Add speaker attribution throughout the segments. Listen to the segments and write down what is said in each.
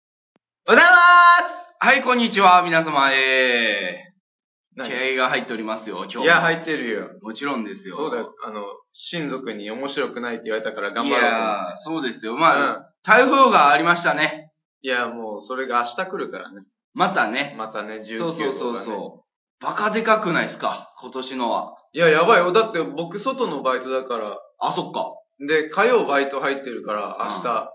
Speaker 1: おはようございますはい、こんにちは、皆様、えー、
Speaker 2: 何
Speaker 1: 気合が入っておりますよ、今日も。
Speaker 2: いや、入ってるよ。
Speaker 1: もちろんですよ。
Speaker 2: そうだよ。あの、親族に面白くないって言われたから頑
Speaker 1: い
Speaker 2: 張ろう
Speaker 1: やー、そうですよ。
Speaker 2: と
Speaker 1: まあ、台風がありましたね。
Speaker 2: うん。いや、もう、それが明日来るからね。
Speaker 1: またね。
Speaker 2: またね、19
Speaker 1: そう
Speaker 2: 号
Speaker 1: そ
Speaker 2: が、ね。
Speaker 1: うそうそう。バカでかくないですか今年のは。
Speaker 2: いや、やばいよ。だって、僕、外のバイトだから、
Speaker 1: あ、そっか。
Speaker 2: で、火曜バイト入ってるから、明日、あ、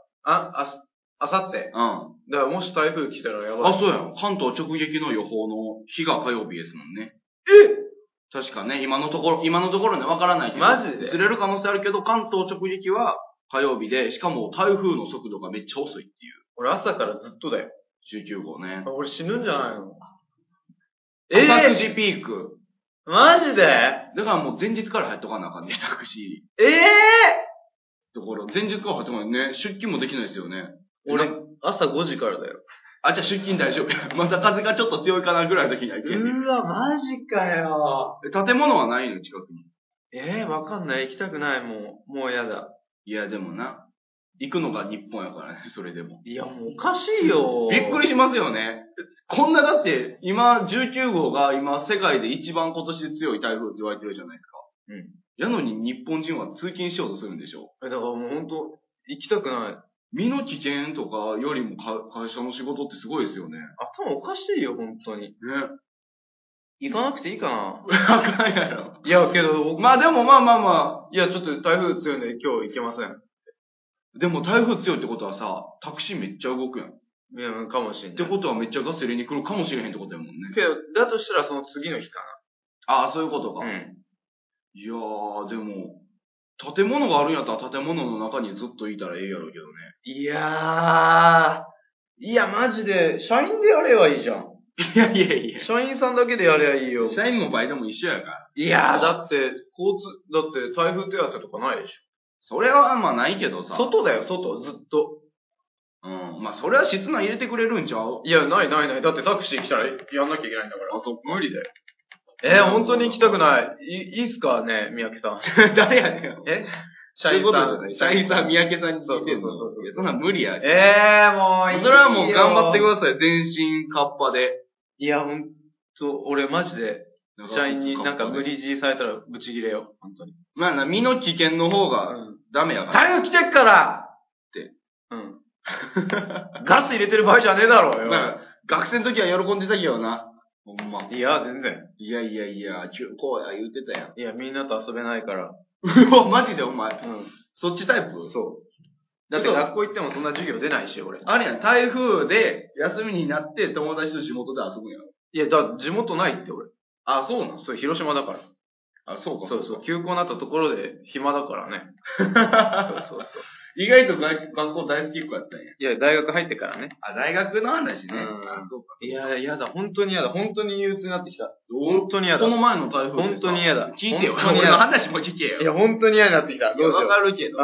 Speaker 2: あす、あさって。
Speaker 1: うん。あ、
Speaker 2: だから、もし台風来たらやばい。
Speaker 1: そうやん。関東直撃の予報の日が火曜日ですもんね。え確かね、今のところ、今のところね、わからないけど。
Speaker 2: マジで
Speaker 1: ずれる可能性あるけど、関東直撃は火曜日で、しかも台風の速度がめっちゃ遅いっていう。
Speaker 2: 俺、朝からずっとだよ。
Speaker 1: 19号ね。
Speaker 2: 俺、死ぬんじゃないの
Speaker 1: え
Speaker 2: え
Speaker 1: ー、タク
Speaker 2: ー、
Speaker 1: シーピーク。
Speaker 2: マジで
Speaker 1: だからもう前日から入っとかなあかんね、タクシー。
Speaker 2: ええ
Speaker 1: ところ、前日から入っとかないね。出勤もできないですよね。
Speaker 2: ー、俺、朝5時からだよ。
Speaker 1: あ、じゃあ出勤大丈夫。 また風がちょっと強いかなぐらいの時には行ける。
Speaker 2: わ、マジかよ。
Speaker 1: え建物はないの近くに。
Speaker 2: えー、わかんない。行きたくない、もう。もうやだ。
Speaker 1: いや、でもな。行くのが日本やからね、それでも。
Speaker 2: いや、もうおかしいよ。
Speaker 1: びっくりしますよね。こんなだって、今、19号が今、世界で一番今年強い台風って言われてるじゃないですか。
Speaker 2: うん。
Speaker 1: やのに日本人は通勤しようとするんでしょ
Speaker 2: えだからもうほんと、行きたくない。
Speaker 1: 身の危険とかよりもか会社の仕事ってすごいですよね。ね。
Speaker 2: 頭おかしいよ、ほんとに。行かなくていいかな。
Speaker 1: あかんやろ。
Speaker 2: いや、けど、僕、
Speaker 1: まあでもまあまあま
Speaker 2: いや、ちょっと台風強いんで今日行けません。
Speaker 1: あ。でも台風強いってことはさ、タクシーめっちゃ動くやん。っ
Speaker 2: いや、かもしれない。
Speaker 1: てことはめっちゃガス入れに来るかもしれへんってことやもんね。
Speaker 2: けど、だとしたらその次の日か
Speaker 1: ああ、そういうことか。
Speaker 2: な。ん。
Speaker 1: いやー、でも、建物があるんやったら建物の中にずっといたらええやろうけどね。
Speaker 2: いやー。いや、マジで、社員でやればいいじゃん。
Speaker 1: いやいやいや。
Speaker 2: 社員さんだけでやればいいよ。
Speaker 1: 社員もバイトも一緒やから。
Speaker 2: いやー、だって、交通、だって台風手当とかないでし
Speaker 1: それはまあないけど
Speaker 2: ょ。
Speaker 1: さ。
Speaker 2: 外だよ、外、ずっと。
Speaker 1: うん。まあそれは室内入れてくれるんちゃう
Speaker 2: いや、ないないない。だってタクシー来たらやんなきゃいけないんだから。
Speaker 1: あ、そ無理だよ。
Speaker 2: えー、本当に行きたくない。いいいっすかね、三宅さ ん。
Speaker 1: 誰やねん。
Speaker 2: え
Speaker 1: 社員さん、社員さん、三宅さんに聞いてんの。
Speaker 2: そうそうそうそう
Speaker 1: いやそんなん無理や。
Speaker 2: えー、もういいよ。
Speaker 1: それはもう頑張ってください。全身カッパで。
Speaker 2: いや、ほんと、俺マジで、社員になんか無。理強いされたらブチギレよ。本当に。
Speaker 1: まあな、身の危険の方がダメやから。
Speaker 2: 台風来てっから
Speaker 1: て。
Speaker 2: うん。ガス入れてる場合じゃねえだろう
Speaker 1: な
Speaker 2: よ。
Speaker 1: んか学生の時は喜んでたけどな。ほんま。
Speaker 2: いや、全然。
Speaker 1: いやいやいや、中高や言うてたやん。
Speaker 2: いや、みんなと遊べないから。
Speaker 1: うわ、マ ジでお前。
Speaker 2: うん。
Speaker 1: そっちタイプ
Speaker 2: そう。だって学校行ってもそんな授業出ないし、俺。
Speaker 1: あれやん、台風で休みになって友達と地元で遊ぶんやろ。
Speaker 2: いや、だ、地元ないって俺。
Speaker 1: あ、そうなん
Speaker 2: そう、広島だから。
Speaker 1: あ、そうか。
Speaker 2: そうそう、休校になったところで暇だからね。 そうそうそう。
Speaker 1: 意外と外学校大好きっ子やったんや。
Speaker 2: いや、大学入ってからね。
Speaker 1: あ、大学の話ね。
Speaker 2: うん
Speaker 1: あ、そうか。
Speaker 2: いや、やだ、本当にやだ、本当に憂鬱になってきた。
Speaker 1: お
Speaker 2: 本当にやだ。
Speaker 1: この
Speaker 2: い
Speaker 1: 前の台風でさ
Speaker 2: 本当に嫌だ
Speaker 1: 聞いてよ。
Speaker 2: 本当に嫌
Speaker 1: 俺
Speaker 2: だ
Speaker 1: の話も聞けよ。
Speaker 2: や、本当に嫌になってきた。どうしよ
Speaker 1: わ
Speaker 2: う。
Speaker 1: かるけど。
Speaker 2: う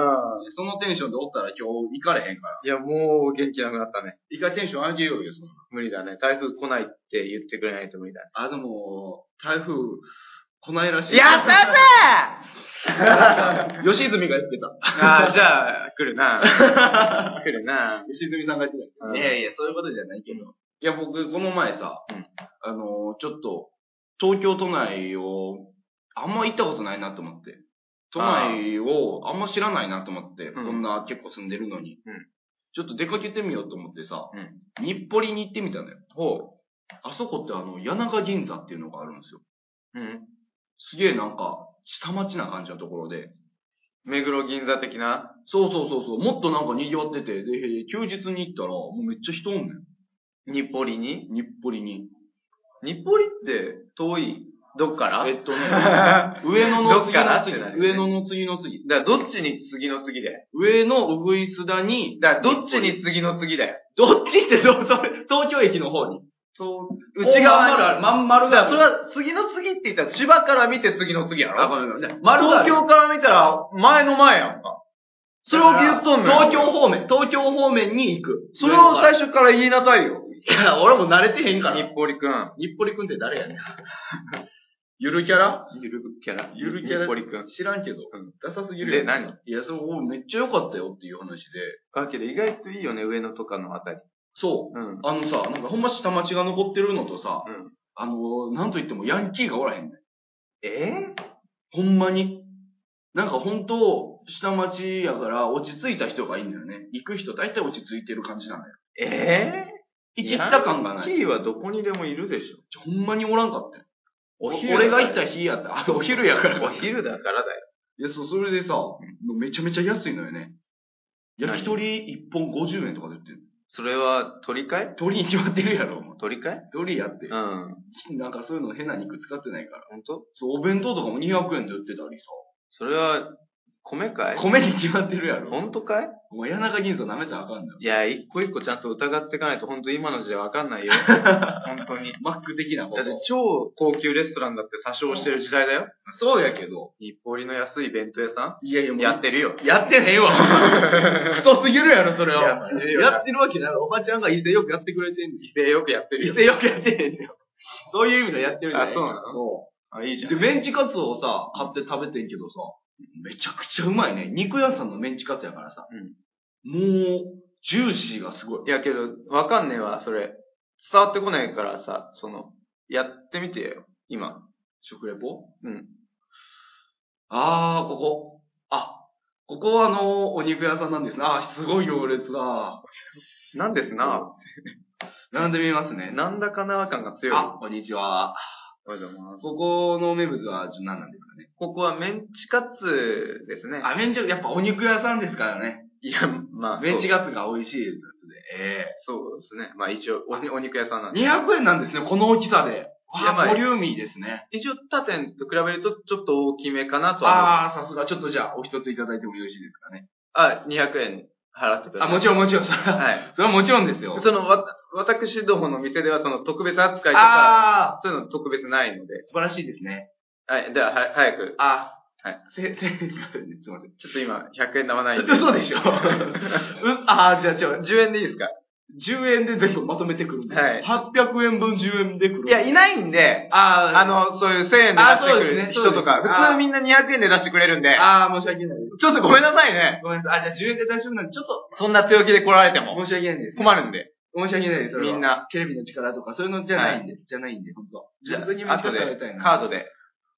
Speaker 1: そのテンションでおったら今日行かれへんから。
Speaker 2: ん。いや、もう元気なくなったね。
Speaker 1: 一回テンション上げようよ、そんな。
Speaker 2: 無理だね。台風来ないって言ってくれないと無理だね。
Speaker 1: あ、でも、台風、来ないらしい。
Speaker 2: やった ぜ
Speaker 1: 吉住が言ってた。
Speaker 2: あ あ、じゃあ、来るな。 来るな。
Speaker 1: 吉住さんが言って
Speaker 2: うん
Speaker 1: いやいや、そういうことじゃないけど。いや、僕、この前さ、
Speaker 2: うん
Speaker 1: あのー、ちょっと、東京都内を、あんま行ったことないなと思って。都内をあんま知らないなと思って、
Speaker 2: うん
Speaker 1: こんな結構住んでるのに。
Speaker 2: うん
Speaker 1: ちょっと出かけてみようと思ってさ、
Speaker 2: うん
Speaker 1: 日暮里に行ってみたのよ。
Speaker 2: ほ
Speaker 1: あそこってあの、谷中銀座っていうのがあるんですよ。
Speaker 2: う。うん。
Speaker 1: すげえなんか、下町な感じのところで。
Speaker 2: 目黒銀座的な。
Speaker 1: そうそうそうそう、もっとなんか賑わってて、で、休日に行ったら、もうめっちゃ人おんねん。
Speaker 2: 日暮里に
Speaker 1: 日暮里に。
Speaker 2: 日暮里って遠いどっから
Speaker 1: えっ とね、
Speaker 2: だか
Speaker 1: 上野の
Speaker 2: どっ
Speaker 1: 次
Speaker 2: から
Speaker 1: の
Speaker 2: って
Speaker 1: 次、
Speaker 2: なるよね
Speaker 1: 上野の次の次。
Speaker 2: らどっちに次の次で
Speaker 1: 上野、うぐいすだに、
Speaker 2: だからどっちに次の次だよ。
Speaker 1: どっちってどうそれ、東京駅の方に。
Speaker 2: 内側に。
Speaker 1: まん丸
Speaker 2: だから
Speaker 1: があ
Speaker 2: そ
Speaker 1: る。
Speaker 2: れは次の次って言ったら千葉から見て次の次や
Speaker 1: あ、
Speaker 2: ろ
Speaker 1: ごめんごめん。丸があ
Speaker 2: 東
Speaker 1: る
Speaker 2: 京から見たら前の前やんか。それを言っとんの
Speaker 1: 東
Speaker 2: よ。
Speaker 1: 京方面、東京方面に行く。
Speaker 2: それを
Speaker 1: 最
Speaker 2: 最初から言いなさいよ。
Speaker 1: いや、俺も慣れてへんから。
Speaker 2: 日暮里くん。
Speaker 1: 日暮里くんって誰やねん。ゆるキャラ
Speaker 2: ゆるキャラ。
Speaker 1: ゆるキャラ
Speaker 2: 日暮里くん。
Speaker 1: 知らんけど
Speaker 2: うん。
Speaker 1: ダサすぎる
Speaker 2: で、
Speaker 1: よね。
Speaker 2: 何
Speaker 1: いや、それ俺めっちゃ良かったよっていう話で。
Speaker 2: だけど意外といいよね、上野とかのあたり。
Speaker 1: そう。
Speaker 2: うん。
Speaker 1: あのさ、なんかほんま下町が残ってるのとさ、
Speaker 2: うん
Speaker 1: あの、なんと言ってもヤンキーがおらへんねん。
Speaker 2: え
Speaker 1: ほんまに。なんか本当、下町やから落ち着いた人がいいんだよね。行く人大体落ち着いてる感じなのよ。
Speaker 2: ええ
Speaker 1: 行きった感がな
Speaker 2: ヤン
Speaker 1: い。
Speaker 2: キーはどこにでもいるでしょ。
Speaker 1: ほんまにおらんかったよ。
Speaker 2: お昼
Speaker 1: 俺が行った
Speaker 2: ら
Speaker 1: 日やった。 あ、お昼やからか。
Speaker 2: お昼だからだよ。
Speaker 1: いや、そう、それでさ、もうめちゃめちゃ安いのよね。
Speaker 2: 何
Speaker 1: 焼き鳥1本50円とかで売ってる。
Speaker 2: それは鳥かい
Speaker 1: 鳥に決まってるやろ、お前
Speaker 2: 鳥かい
Speaker 1: 鳥やって
Speaker 2: うん。。本
Speaker 1: なんかそういうの変な肉使ってないから。
Speaker 2: 当
Speaker 1: そう、お弁当とかも200円で売ってたりさ。
Speaker 2: それは米かい
Speaker 1: 米に決まってるやろ。
Speaker 2: 本当かい
Speaker 1: お前、谷中銀座舐めたらあかんのよ。
Speaker 2: いや、一個一個ちゃんと疑っていかないと本当今の時代わかんない よ。本当に。
Speaker 1: マック的なこ
Speaker 2: だ
Speaker 1: と
Speaker 2: っ。て超高級レストランだって詐称してる時代だよ。
Speaker 1: そうやけど。
Speaker 2: 日暮里の安い弁当屋さ
Speaker 1: いやいや、
Speaker 2: ん
Speaker 1: もう。
Speaker 2: やってるよ。
Speaker 1: やってねえわ。 太すぎるやろ、それは。
Speaker 2: やってるよ
Speaker 1: やってるわけない。おばちゃんが威勢よくやってくれてんの。
Speaker 2: 威勢よくやってる
Speaker 1: 威
Speaker 2: よ。
Speaker 1: 勢よくやってんねんよ。そういう意味でやってるんだ
Speaker 2: あそうなの
Speaker 1: そ
Speaker 2: あ、いいじ
Speaker 1: う。
Speaker 2: ゃ
Speaker 1: で、
Speaker 2: ん。
Speaker 1: メンチカツをさ、買って食べてんけどさ、めちゃくちゃうまいね。肉屋さんのメンチカツやからさ。
Speaker 2: うん
Speaker 1: もう、ジューシーがすごい。
Speaker 2: いやけど、わかんねえわ、それ。伝わってこないからさ、その、やってみてよ、今。
Speaker 1: 食レポ
Speaker 2: うん。
Speaker 1: あー、ここ。あ、ここはあの、お肉屋さんなんですね。あー、すごい行列だ。
Speaker 2: なんですな、
Speaker 1: 並んでみますね。
Speaker 2: なんだかな感が強い。
Speaker 1: あ、こんにちは。
Speaker 2: おはようございます
Speaker 1: ここの名物は何なんですかね。
Speaker 2: ここはメンチカツですね。
Speaker 1: あ、メンチ、やっぱお肉屋さんですからね。
Speaker 2: いや、まあ、
Speaker 1: メンチ
Speaker 2: カツ。
Speaker 1: カツが美味しいですので。え
Speaker 2: そうですね。まあ一応おに、お肉屋さんなん
Speaker 1: え
Speaker 2: で。
Speaker 1: 200円なんですね、この大きさで。
Speaker 2: やば
Speaker 1: あ
Speaker 2: い
Speaker 1: ボリューミーですね。
Speaker 2: 一応他店と比べるとちょっと大きめかなとは
Speaker 1: あー、さすが。ちょっとじゃあ、お一ついただいてもよろしいですかね。
Speaker 2: ああ、200円払ってくだ
Speaker 1: あ、
Speaker 2: さい。
Speaker 1: もちろんもちろん。それは、
Speaker 2: はい。
Speaker 1: それはもちろんですよ。
Speaker 2: その、わ、私どもの店ではその特別扱いとか、
Speaker 1: あ
Speaker 2: そういうの特別ないので
Speaker 1: ー、。素晴らしいですね。
Speaker 2: はい。では、は、早く。
Speaker 1: あー、
Speaker 2: はい。
Speaker 1: せ、せ、すいません。
Speaker 2: ちょっと今、100円玉ないんで。
Speaker 1: 嘘 でしょうあー、じゃあ、じゃあ、
Speaker 2: 10円でいいですか
Speaker 1: 10円で全部まとめてくるんだ。
Speaker 2: はい
Speaker 1: 800円分10円でくる。
Speaker 2: いや、いないんで、
Speaker 1: あー、
Speaker 2: あの、そういう1000円で出してくる
Speaker 1: あそうですね
Speaker 2: 人とか、
Speaker 1: そうですね
Speaker 2: 普通みんな200円で出してくれるんで、
Speaker 1: あー、申し訳ないです。
Speaker 2: ちょっとごめんなさいね。
Speaker 1: ごめんなさい。あ、じゃあ10円で大丈夫なんで、ちょっと、
Speaker 2: そんな強気で来られても
Speaker 1: 申し訳ないです。
Speaker 2: 困るんで。
Speaker 1: 申し訳ないです。それは
Speaker 2: みんな。
Speaker 1: テレビの力とか、そういうのじゃないんで、じゃないんで、ほんと。
Speaker 2: じゃ
Speaker 1: 本当に
Speaker 2: あ、後で
Speaker 1: 見せてもらいたい、な
Speaker 2: カードで。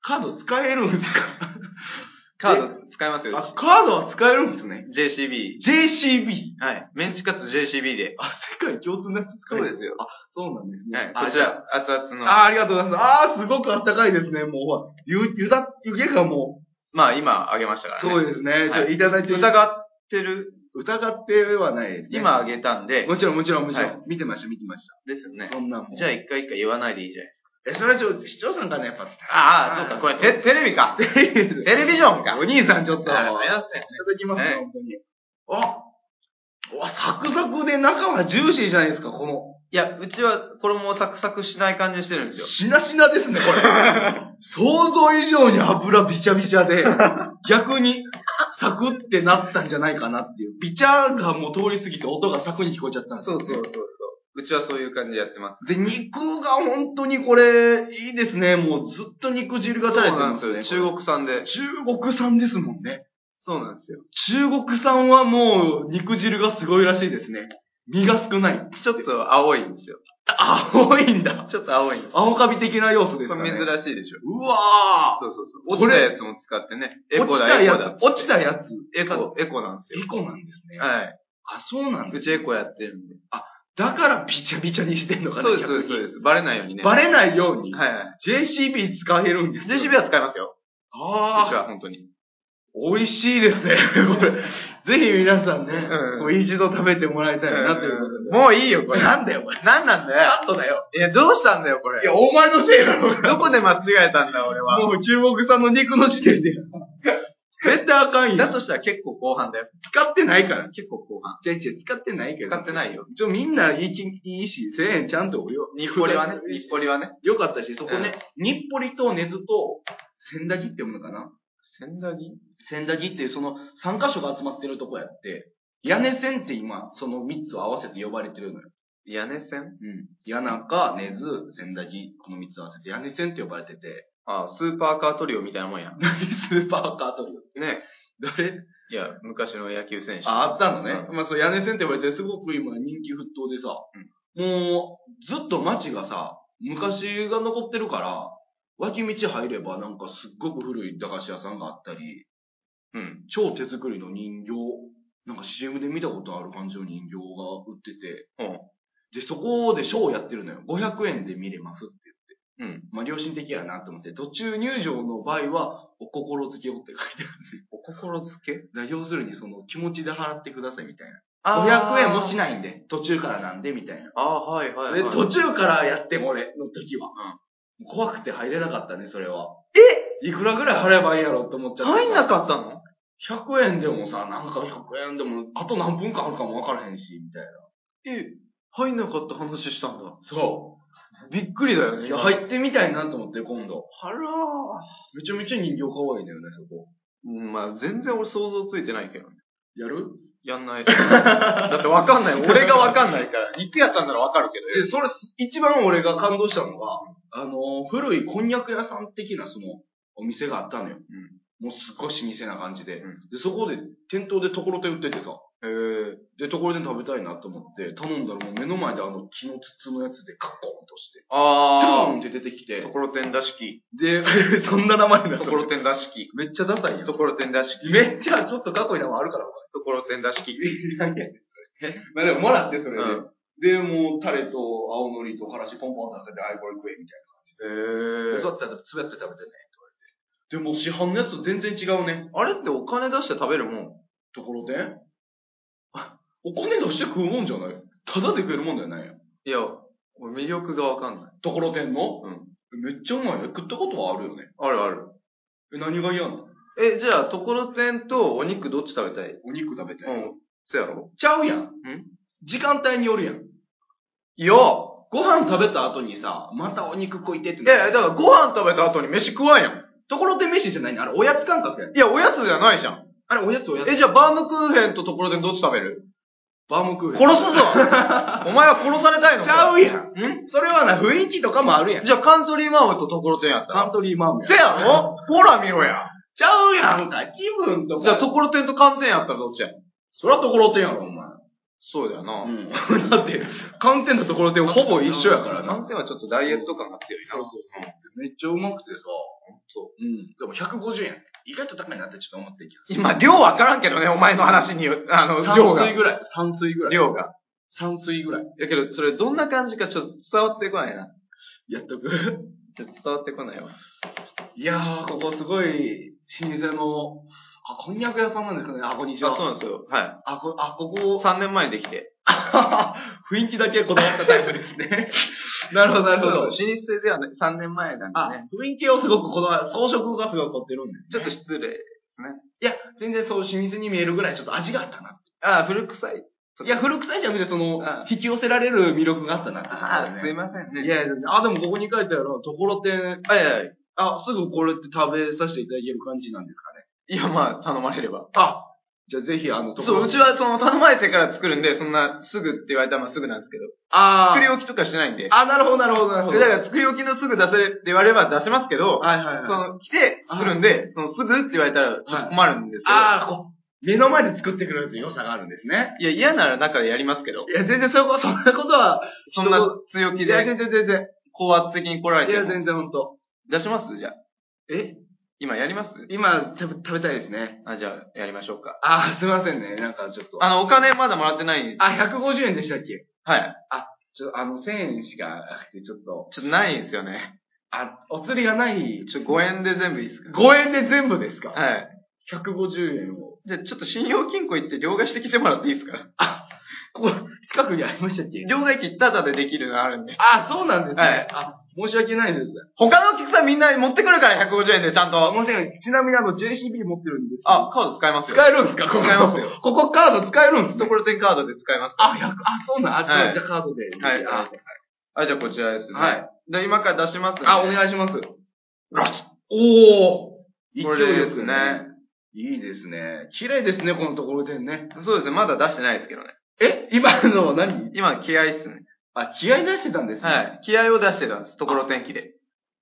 Speaker 1: カード使えるんですか
Speaker 2: カード使いますよ。
Speaker 1: あ、カードは使えるんですね。
Speaker 2: JCB。
Speaker 1: JCB。
Speaker 2: はい。メンチカツ JCB で。
Speaker 1: あ、世界共通のやつ使える。
Speaker 2: すよ。
Speaker 1: そうなんですね。
Speaker 2: はい。
Speaker 1: あ
Speaker 2: こち。ら、熱々の。
Speaker 1: あー、ありがとうございます。あー、すごくあったかいですね。もう、ほらゆ、ゆだ、湯気がもう。
Speaker 2: まあ、今あげましたからね。
Speaker 1: そうですね。じゃあ、いただいて、
Speaker 2: 疑ってる、
Speaker 1: 疑ってはないですね。
Speaker 2: 今あげたんで、
Speaker 1: もちろん、もちろん、もちろん。
Speaker 2: はい
Speaker 1: 見てました、見てまし
Speaker 2: ですよね
Speaker 1: た。。こんなんも。
Speaker 2: じゃあ、一回一回言わないでいいじゃないですか。
Speaker 1: え、それはちょっと、視聴者からやっぱ。
Speaker 2: ああ、そうか、これ、テテレビ か。テレビジョンか。
Speaker 1: お兄さんちょっと。
Speaker 2: あありがとう
Speaker 1: いただきます
Speaker 2: は
Speaker 1: ね
Speaker 2: い、
Speaker 1: 本当に。あわ、サクサクで中はジューシーじゃないですか、この。
Speaker 2: いや、うちは衣をサクサクしない感じにしてるんですよ。
Speaker 1: しなしなですね、こ れ。想像以上に油びちゃびちゃ で、逆にサクってなったんじゃないかなっていう。びちゃがもう通り過ぎて音がサクに聞こえちゃったんですよね
Speaker 2: そう。うちはそういう感じでやってます。
Speaker 1: で、肉が本当にこれ、いいですね。もうずっと肉汁が
Speaker 2: そ
Speaker 1: 垂れ
Speaker 2: う
Speaker 1: て
Speaker 2: なん
Speaker 1: ま
Speaker 2: です
Speaker 1: すよ
Speaker 2: よね。
Speaker 1: ね。
Speaker 2: 中国産で。
Speaker 1: 中国産ですもんね。
Speaker 2: そうなんですよ。
Speaker 1: 中国産はもう肉汁がすごいらしいですね。身が少ない。
Speaker 2: ちょっと青いんですよ。
Speaker 1: 青いんだ。
Speaker 2: ちょっと青いんですよ。
Speaker 1: 青カビ的な要素です
Speaker 2: こ
Speaker 1: かね。
Speaker 2: れ珍しいでしょ。
Speaker 1: うわ
Speaker 2: そうそうそう。
Speaker 1: こ
Speaker 2: 落ちた
Speaker 1: れ
Speaker 2: やつも使ってね。エ
Speaker 1: ー
Speaker 2: コ
Speaker 1: 落ち
Speaker 2: だ、
Speaker 1: た
Speaker 2: エコだ
Speaker 1: や。つ、落ちたやつ。
Speaker 2: エコ、エコなんですよ
Speaker 1: エ。コなんですね。
Speaker 2: はい。
Speaker 1: あ、そうなんで
Speaker 2: う
Speaker 1: す。
Speaker 2: ちエコやってるんで。
Speaker 1: だからビチャビチャにしてんのかな
Speaker 2: そうです、そうです、そう
Speaker 1: 逆に
Speaker 2: です。バレないようにね。
Speaker 1: バレないように、
Speaker 2: はいはい。
Speaker 1: JCB 使えるんですよ。
Speaker 2: JCB は使いますよ。うち
Speaker 1: あ
Speaker 2: は本当に。
Speaker 1: あ、美味しいです ね。これ。ぜひ皆さんね、
Speaker 2: うん
Speaker 1: こう一度食べてもらいたいなということで。
Speaker 2: もういいよ、これ。
Speaker 1: なんだよ、これ。
Speaker 2: なんなんだよ。
Speaker 1: カットだよ。
Speaker 2: いや、どうしたんだよ、これ
Speaker 1: い。や、お前のせいだろ。
Speaker 2: どこで間違えたんだ、俺は。
Speaker 1: もう中国産の肉の時点で。絶対あかんよ。
Speaker 2: だとしたら結構後半だよ。
Speaker 1: 使ってないから。
Speaker 2: 結構後半。
Speaker 1: ちゃいちゃい使ってないけど。
Speaker 2: 使って
Speaker 1: い。
Speaker 2: ないよ。
Speaker 1: ちょ、みんないいきいいし、1000円ちゃんとおよ。
Speaker 2: 日暮里はね、日暮里はね。
Speaker 1: よかったし、そこね、日暮里と根津と、千駄木って読むのかな
Speaker 2: 千駄木
Speaker 1: 千駄木っていうその3カ所が集まってるとこやって、屋根線って今、その3つを合わせて呼ばれてるのよ。
Speaker 2: 屋根線
Speaker 1: うん。谷中、根津、千駄木、この3つ合わせて屋根線って呼ばれてて、
Speaker 2: ああ、スーパーカートリオみたいなもんや。ね
Speaker 1: スーパーカートリオ。誰
Speaker 2: いや、昔の野球選手。
Speaker 1: あ、あったのね。まあ、そう、屋根線って呼ばれて、すごく今人気沸騰でさ、もう、ずっと街がさ、昔が残ってるから、脇道入ればなんかすっごく古い駄菓子屋さんがあったり、
Speaker 2: うん。
Speaker 1: 超手作りの人形、なんか CM で見たことある感じの人形が売ってて、
Speaker 2: うん。
Speaker 1: で、そこでショーをやってるのよ。500円で見れますっていう。
Speaker 2: うん。
Speaker 1: まあ、良心的やなと思って、途中入場の場合は、お心付けをって書いてある。
Speaker 2: お心づけ
Speaker 1: だから要するにその気持ちで払ってくださいみたいな。
Speaker 2: あー
Speaker 1: 500円もしないんで、途中からなんでみたいな。
Speaker 2: ああ、はいはい、
Speaker 1: で、
Speaker 2: はい。
Speaker 1: 途中からやっても俺の時は。怖くて入れなかったね、それは。えいくらぐらい払えばいいやろって思っちゃって。
Speaker 2: 入んなかったの
Speaker 1: 100円でもさ、なんか100円でも、あと何分間あるかもわからへんし、みたいな。
Speaker 2: え、入んなかった話したんだ。
Speaker 1: そ
Speaker 2: びっくりだよ
Speaker 1: う。
Speaker 2: ね。
Speaker 1: いや、
Speaker 2: っ
Speaker 1: 入ってみたいなと思って、今度。
Speaker 2: たら
Speaker 1: めちゃめちゃ人形可愛いのよね、そこ。
Speaker 2: うん、まあ全然俺想像ついてないけどね。
Speaker 1: やる
Speaker 2: やんない。だってわか んない。俺がわかんないから。言ってやったんならわかるけど。
Speaker 1: で、それ、一番俺が感動したのが、あの、古いこんにゃく屋さん的なその、お店があったのよ。もうすっごい老舗な感じで。
Speaker 2: うん
Speaker 1: で、そこで店頭でところてん売っててさ、
Speaker 2: えー、
Speaker 1: で、ところてん食べたいなと思って、頼んだらもう目の前であの木の筒のやつでカッコンとして、ドー
Speaker 2: あ
Speaker 1: ンって出てき
Speaker 2: ー。
Speaker 1: て
Speaker 2: と、ころてんだしき。
Speaker 1: で、 そんな名前だ
Speaker 2: ところてんだしき。
Speaker 1: めっちゃダサいよ
Speaker 2: と。ころてんだしき。
Speaker 1: めっちゃちょっとかっこいい名前あるから、
Speaker 2: ところてんだしき。
Speaker 1: いらんやんまあでももらってそれで。
Speaker 2: うん
Speaker 1: で、もう、タレと青のりとからしポンポン出せて、あいこれ食え、みたいな。
Speaker 2: えー。
Speaker 1: そうやって食べて食べてね、って言われて。でも市販のやつと全然違うね。
Speaker 2: あれってお金出して食べるもん。
Speaker 1: ところで、 あお金出して食うもんじゃないただで食えるもんだよね。
Speaker 2: いや、俺魅力がわかんない。
Speaker 1: ところてんの。
Speaker 2: うん
Speaker 1: めっちゃうまいよ。食ったことはあるよね。
Speaker 2: あるある。
Speaker 1: え、何が嫌なの
Speaker 2: え、じゃあ、ところてんとお肉どっち食べたい
Speaker 1: お肉食べて。
Speaker 2: うん。そやろ
Speaker 1: ちゃうやん。時間帯によるやん。いや、ご飯食べた後にさ、またお肉食いてって
Speaker 2: い
Speaker 1: な
Speaker 2: やいや、だからご飯食べた後に飯食わんやん。
Speaker 1: ところてん飯じゃないのあれおやつ感覚やん。
Speaker 2: いや、おやつじゃないじゃん。
Speaker 1: あれおやつおやつ。
Speaker 2: え、じゃあバームクーヘンとところてんどっち食べる
Speaker 1: バームクーヘン。
Speaker 2: 殺すぞ お前は殺されたいの
Speaker 1: ちゃうやん。
Speaker 2: ん
Speaker 1: それはな、雰囲気とかもあるやん。
Speaker 2: じゃあカントリーマームとところてんやった
Speaker 1: カン
Speaker 2: ら。
Speaker 1: トリーマームやん
Speaker 2: せやろほら見ろや。
Speaker 1: ちゃうやんか、気分とか。
Speaker 2: じゃあところてんと寒天やったらどっちや
Speaker 1: そらところてんやろ、お前。
Speaker 2: そうだよな。
Speaker 1: うん。 だって、寒天とところてんほぼ一緒やからな。
Speaker 2: 寒天はちょっとダイエット感が強いな。
Speaker 1: そう
Speaker 2: そう
Speaker 1: めっちゃうまくてさ、
Speaker 2: そう。
Speaker 1: うん。でも150円。意外と高いなってちょっと思ってんけ
Speaker 2: 今、量わからんけどね、お前の話によ、あ
Speaker 1: ど。
Speaker 2: の、
Speaker 1: 3
Speaker 2: 量が
Speaker 1: 水。ぐらい。3水ぐらい。
Speaker 2: 量が。
Speaker 1: 3水ぐらい。
Speaker 2: だけど、それどんな感じかちょっと伝わってこないな。
Speaker 1: やっとく。
Speaker 2: ちょっと伝わってこないわ。
Speaker 1: いやー、ここすごい、老舗の、あ、こんにゃく屋さんなんですかね。あ、こんにち
Speaker 2: あ、そう
Speaker 1: は。
Speaker 2: なんですよ。は
Speaker 1: あ、こ、あ、こ
Speaker 2: い。
Speaker 1: こ、
Speaker 2: 3年前にできて。
Speaker 1: 雰囲気だけこだわったタイプですね。なるほど、なるほ
Speaker 2: そう
Speaker 1: ど
Speaker 2: 老。舗ではね、3年前なん
Speaker 1: あ
Speaker 2: でね。、
Speaker 1: 雰囲気をすごくこだわる。装飾がすごく凝ってるんですね。
Speaker 2: ちょっと失礼。
Speaker 1: いや、全然そう、老舗に見えるぐらいちょっと味があったな。
Speaker 2: あ、古臭い。
Speaker 1: いや、古臭いじゃなくて、その
Speaker 2: あ、
Speaker 1: 引き寄せられる魅力があったなって
Speaker 2: あ
Speaker 1: と、こ
Speaker 2: すい
Speaker 1: ろね
Speaker 2: ません
Speaker 1: い
Speaker 2: ね。
Speaker 1: やいや、あ、でもここに書いてあるのは、ところてん、
Speaker 2: はいはいはい。
Speaker 1: あ、すぐこれって食べさせていただける感じなんですかね。
Speaker 2: いや、まあ、頼まれれば。
Speaker 1: あ、じゃあぜひ、あの、とこ
Speaker 2: そ
Speaker 1: ろ
Speaker 2: う、うちはその、頼まれてから作るんで、そんな、すぐって言われたらまあすぐなんですけど。
Speaker 1: あ
Speaker 2: 作り
Speaker 1: ー、
Speaker 2: 置きとかしないんで。
Speaker 1: あ、なるほど、なるほど、なるほ
Speaker 2: だ
Speaker 1: ど。
Speaker 2: から、作り置きのすぐ出せって言われれば出せますけど、
Speaker 1: はいはいはい。
Speaker 2: その、来て作るんで、その、すぐって言われたら、ちょっと困るんですけど。
Speaker 1: あー、こう、目の前で作ってくれるという良さがあるんですね。
Speaker 2: いや、嫌なら中でやりますけど
Speaker 1: い。や、全然そういうこと、そんなことは、
Speaker 2: そんな強気
Speaker 1: いや、
Speaker 2: で、
Speaker 1: 全然全然。
Speaker 2: 高圧的に来られ
Speaker 1: い
Speaker 2: て
Speaker 1: や、
Speaker 2: も。
Speaker 1: 全然ほんと。
Speaker 2: 出しますじゃあ。
Speaker 1: え
Speaker 2: 今やります
Speaker 1: 今、食べ食べたいですね。
Speaker 2: あ、じゃあ、やりましょうか。
Speaker 1: あー、すいませんね、なんかちょっと。
Speaker 2: あの、お金まだもらってないんで。
Speaker 1: あ、150円でしたっけ
Speaker 2: はい。
Speaker 1: ちょっとあの、1000円しかなくて、ちょっと、
Speaker 2: ちょっとないんですよね。
Speaker 1: あ、お釣りがない、
Speaker 2: ちょっと5円で全部いいですか
Speaker 1: 5円で全部ですかい。
Speaker 2: はい。
Speaker 1: 150円を。
Speaker 2: じゃあ、ちょっと信用金庫行って両替してきてもらっていいですか
Speaker 1: ここ、近くにありましたっけ
Speaker 2: 両替機タダでできるのあるんで。
Speaker 1: あ、そうなんですね。
Speaker 2: はい
Speaker 1: あ、申し訳ないです。
Speaker 2: 他のお客さんみんな持ってくるから150円でちゃん
Speaker 1: あ、
Speaker 2: と。
Speaker 1: 申し訳ない。ちなみにあの、JCB 持ってるんですけど。
Speaker 2: あ、カード使えますよ。
Speaker 1: 使えるんですかここ
Speaker 2: 使えますよ。
Speaker 1: ここカード使えるんです
Speaker 2: と
Speaker 1: ね
Speaker 2: ころてんカードで使えます。
Speaker 1: あ、100、あ、そうなん、あ、
Speaker 2: はい
Speaker 1: じゃあカードで。
Speaker 2: はい
Speaker 1: あ、
Speaker 2: あ、じゃあこちらですね。
Speaker 1: はい。
Speaker 2: で、今から出しますんで。
Speaker 1: あお願いします。
Speaker 2: ラッ
Speaker 1: おー。
Speaker 2: これですね
Speaker 1: 勢いよく。いいですね。綺麗ですね、このところでね。
Speaker 2: そうですね、まだ出してないですけどね。
Speaker 1: え今のは何
Speaker 2: 今、気合いっすね。
Speaker 1: あ、気合出してたんですね。
Speaker 2: はい。気合を出してたんです。ところてんきで。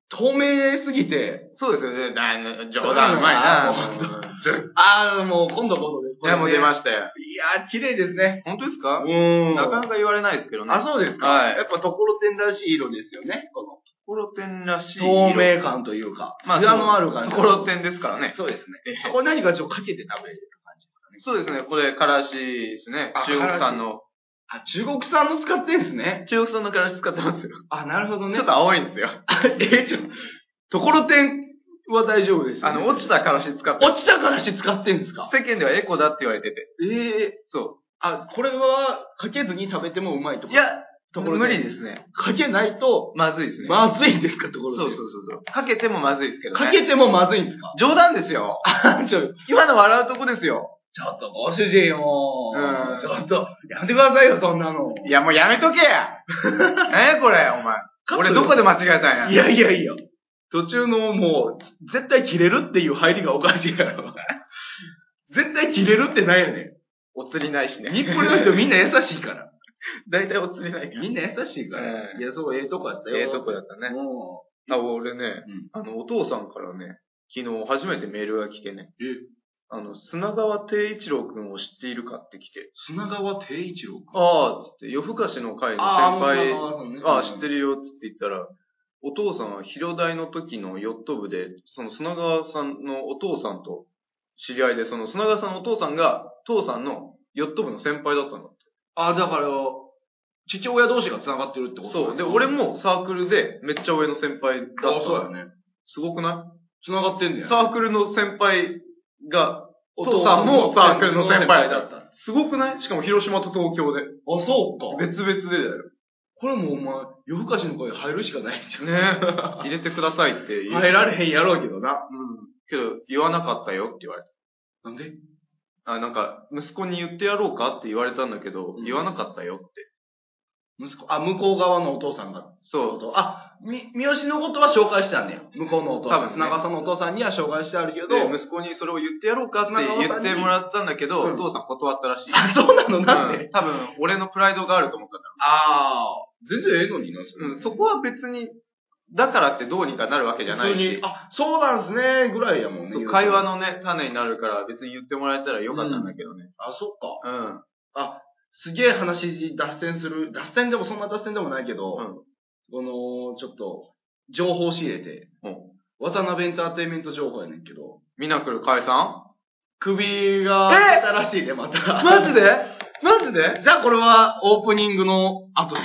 Speaker 1: 透明すぎて、
Speaker 2: そうですよね。だいぶ
Speaker 1: 冗
Speaker 2: 冗
Speaker 1: 談
Speaker 2: 談
Speaker 1: うま
Speaker 2: うま
Speaker 1: い
Speaker 2: い
Speaker 1: な
Speaker 2: な。
Speaker 1: ああ、もう今度こそです。
Speaker 2: いや、もう出ま
Speaker 1: し
Speaker 2: したよ。
Speaker 1: いやー、綺麗ですね。
Speaker 2: 本当ですか
Speaker 1: うん
Speaker 2: なかなか言われないですけどね。
Speaker 1: あ、そうですか。
Speaker 2: はい
Speaker 1: やっぱところてんらしい色ですよね。この
Speaker 2: コロテンらしい。
Speaker 1: 透明。感というか、
Speaker 2: まあ、
Speaker 1: 艶のある感じ。
Speaker 2: ところてんですからね。
Speaker 1: そうですね。これ何かちょっとかけて食べる感じですかね。
Speaker 2: そうですね、これ、からしですね
Speaker 1: あ。
Speaker 2: 中国産の。
Speaker 1: あ、中国産の使ってんですね。
Speaker 2: 中国産のからし使ってますよ。
Speaker 1: あ、なるほどね。
Speaker 2: ちょっと青いんですよ。
Speaker 1: え、ちょ、ところてんは大丈夫です、
Speaker 2: あの、落ち
Speaker 1: た。
Speaker 2: たからし使って
Speaker 1: 落ちたからし使ってんですか
Speaker 2: 世間ではエコだって言われてて。
Speaker 1: ええ
Speaker 2: そ
Speaker 1: あ、これは、かけずに食べてもうまいと
Speaker 2: う。
Speaker 1: か。
Speaker 2: い、や、
Speaker 1: ところ
Speaker 2: 無
Speaker 1: てん
Speaker 2: 理ですね。
Speaker 1: かけないと、
Speaker 2: まずいですね。
Speaker 1: まずいんですか、とこ
Speaker 2: そ
Speaker 1: ろ
Speaker 2: うそう
Speaker 1: てん
Speaker 2: そうそう。かけてもまずいですけどね。
Speaker 1: かけてもまずいんですか
Speaker 2: 冗談ですよ。
Speaker 1: あちょ、
Speaker 2: 今の笑うとこですよ。
Speaker 1: ちょっとご主人よ
Speaker 2: うん
Speaker 1: ちょっと、やめてくださいよ、そんなの。
Speaker 2: いや、もうやめとけ や何やこれ、お前。俺どこで間違えたんや。
Speaker 1: いやいやいや。途中のもう、絶対切れるっていう入りがおかしいやろ。絶対切れるってないよね
Speaker 2: お釣りないし
Speaker 1: ん。
Speaker 2: ね。
Speaker 1: 日本の人みんな優しいから。
Speaker 2: 大体お釣りないから。
Speaker 1: みんな優しいから。
Speaker 2: うん
Speaker 1: いや、そう、ええとこやったよ。
Speaker 2: ええとこだったね。
Speaker 1: も
Speaker 2: あ、俺ね、
Speaker 1: うん
Speaker 2: あの、お父さんからね、昨日初めてメールが来てね、
Speaker 1: う。え、
Speaker 2: あの、砂川定一郎くんを知っているかって来て、
Speaker 1: 砂川定一郎か。
Speaker 2: ああ、つって、夜更かしの会の先輩、あ
Speaker 1: あ
Speaker 2: あ、知って
Speaker 1: る。
Speaker 2: るよ、つって言ったら、お父さんは広大の時のヨット部で、その砂川さんのお父さんと知り合いで、その砂川さんのお父さんが、父さんのヨット部の先輩だったんだって。
Speaker 1: あ、だから、父親同士が繋がってるってこと
Speaker 2: そう。で、俺、もサークルでめっちゃ上の先輩だっ
Speaker 1: あ
Speaker 2: た。
Speaker 1: そうだよね。
Speaker 2: すごくない
Speaker 1: 繋がってんだよね。
Speaker 2: サークルの先輩が、
Speaker 1: お
Speaker 2: お父さんもサークルの先輩だ
Speaker 1: った。あ、
Speaker 2: すごくないしかも広島と東京で。
Speaker 1: そうか。
Speaker 2: 別々でだよ。
Speaker 1: これもうお前、夜更かしの声入るしかないんじゃん。
Speaker 2: ね入れてくださいって言う。
Speaker 1: 入られへんやろうけどな。
Speaker 2: うん。けど、言わなかったよって言われた。
Speaker 1: なんで
Speaker 2: あ、なんか、息子に言ってやろうかって言われたんだけど、
Speaker 1: うん
Speaker 2: 言わなかったよって。
Speaker 1: 息子、あ、向こう側のお父さんが。
Speaker 2: そう。
Speaker 1: あ、み、三好のことは紹介してあんねや。向こうのお父さ
Speaker 2: 多
Speaker 1: ん。
Speaker 2: 分ね
Speaker 1: 砂川さんのお父さんには紹介してあるけど、
Speaker 2: で、息子にそれを言ってやろうかって言ってもらったんだけど、
Speaker 1: うん
Speaker 2: お父さん断ったらしい。
Speaker 1: あ、そうなのなん
Speaker 2: う
Speaker 1: で
Speaker 2: ん多分、俺のプライドがあると思ったんだ
Speaker 1: ああ、全然ええのにな、そ
Speaker 2: ろう。うん、そこは別に、だからってどうにかなるわけじゃないし。
Speaker 1: あ、そうなんすね、ぐらいやもんね。
Speaker 2: そう会話
Speaker 1: の。
Speaker 2: のね、種になるから別に言ってもらえたらよかったんだけどね。
Speaker 1: あ、そっか。
Speaker 2: うん。
Speaker 1: あ、すげえ話脱線する。脱線でもそんな脱線でもないけど、
Speaker 2: うん
Speaker 1: この、ちょっと、情報仕入れて、
Speaker 2: うん
Speaker 1: 渡辺エンターテインメント情報やねんけど、
Speaker 2: ミナクル解散
Speaker 1: 首が、
Speaker 2: え
Speaker 1: 出たらしいね、また。
Speaker 2: ジでマジで
Speaker 1: じゃあこれはオープニングの後に。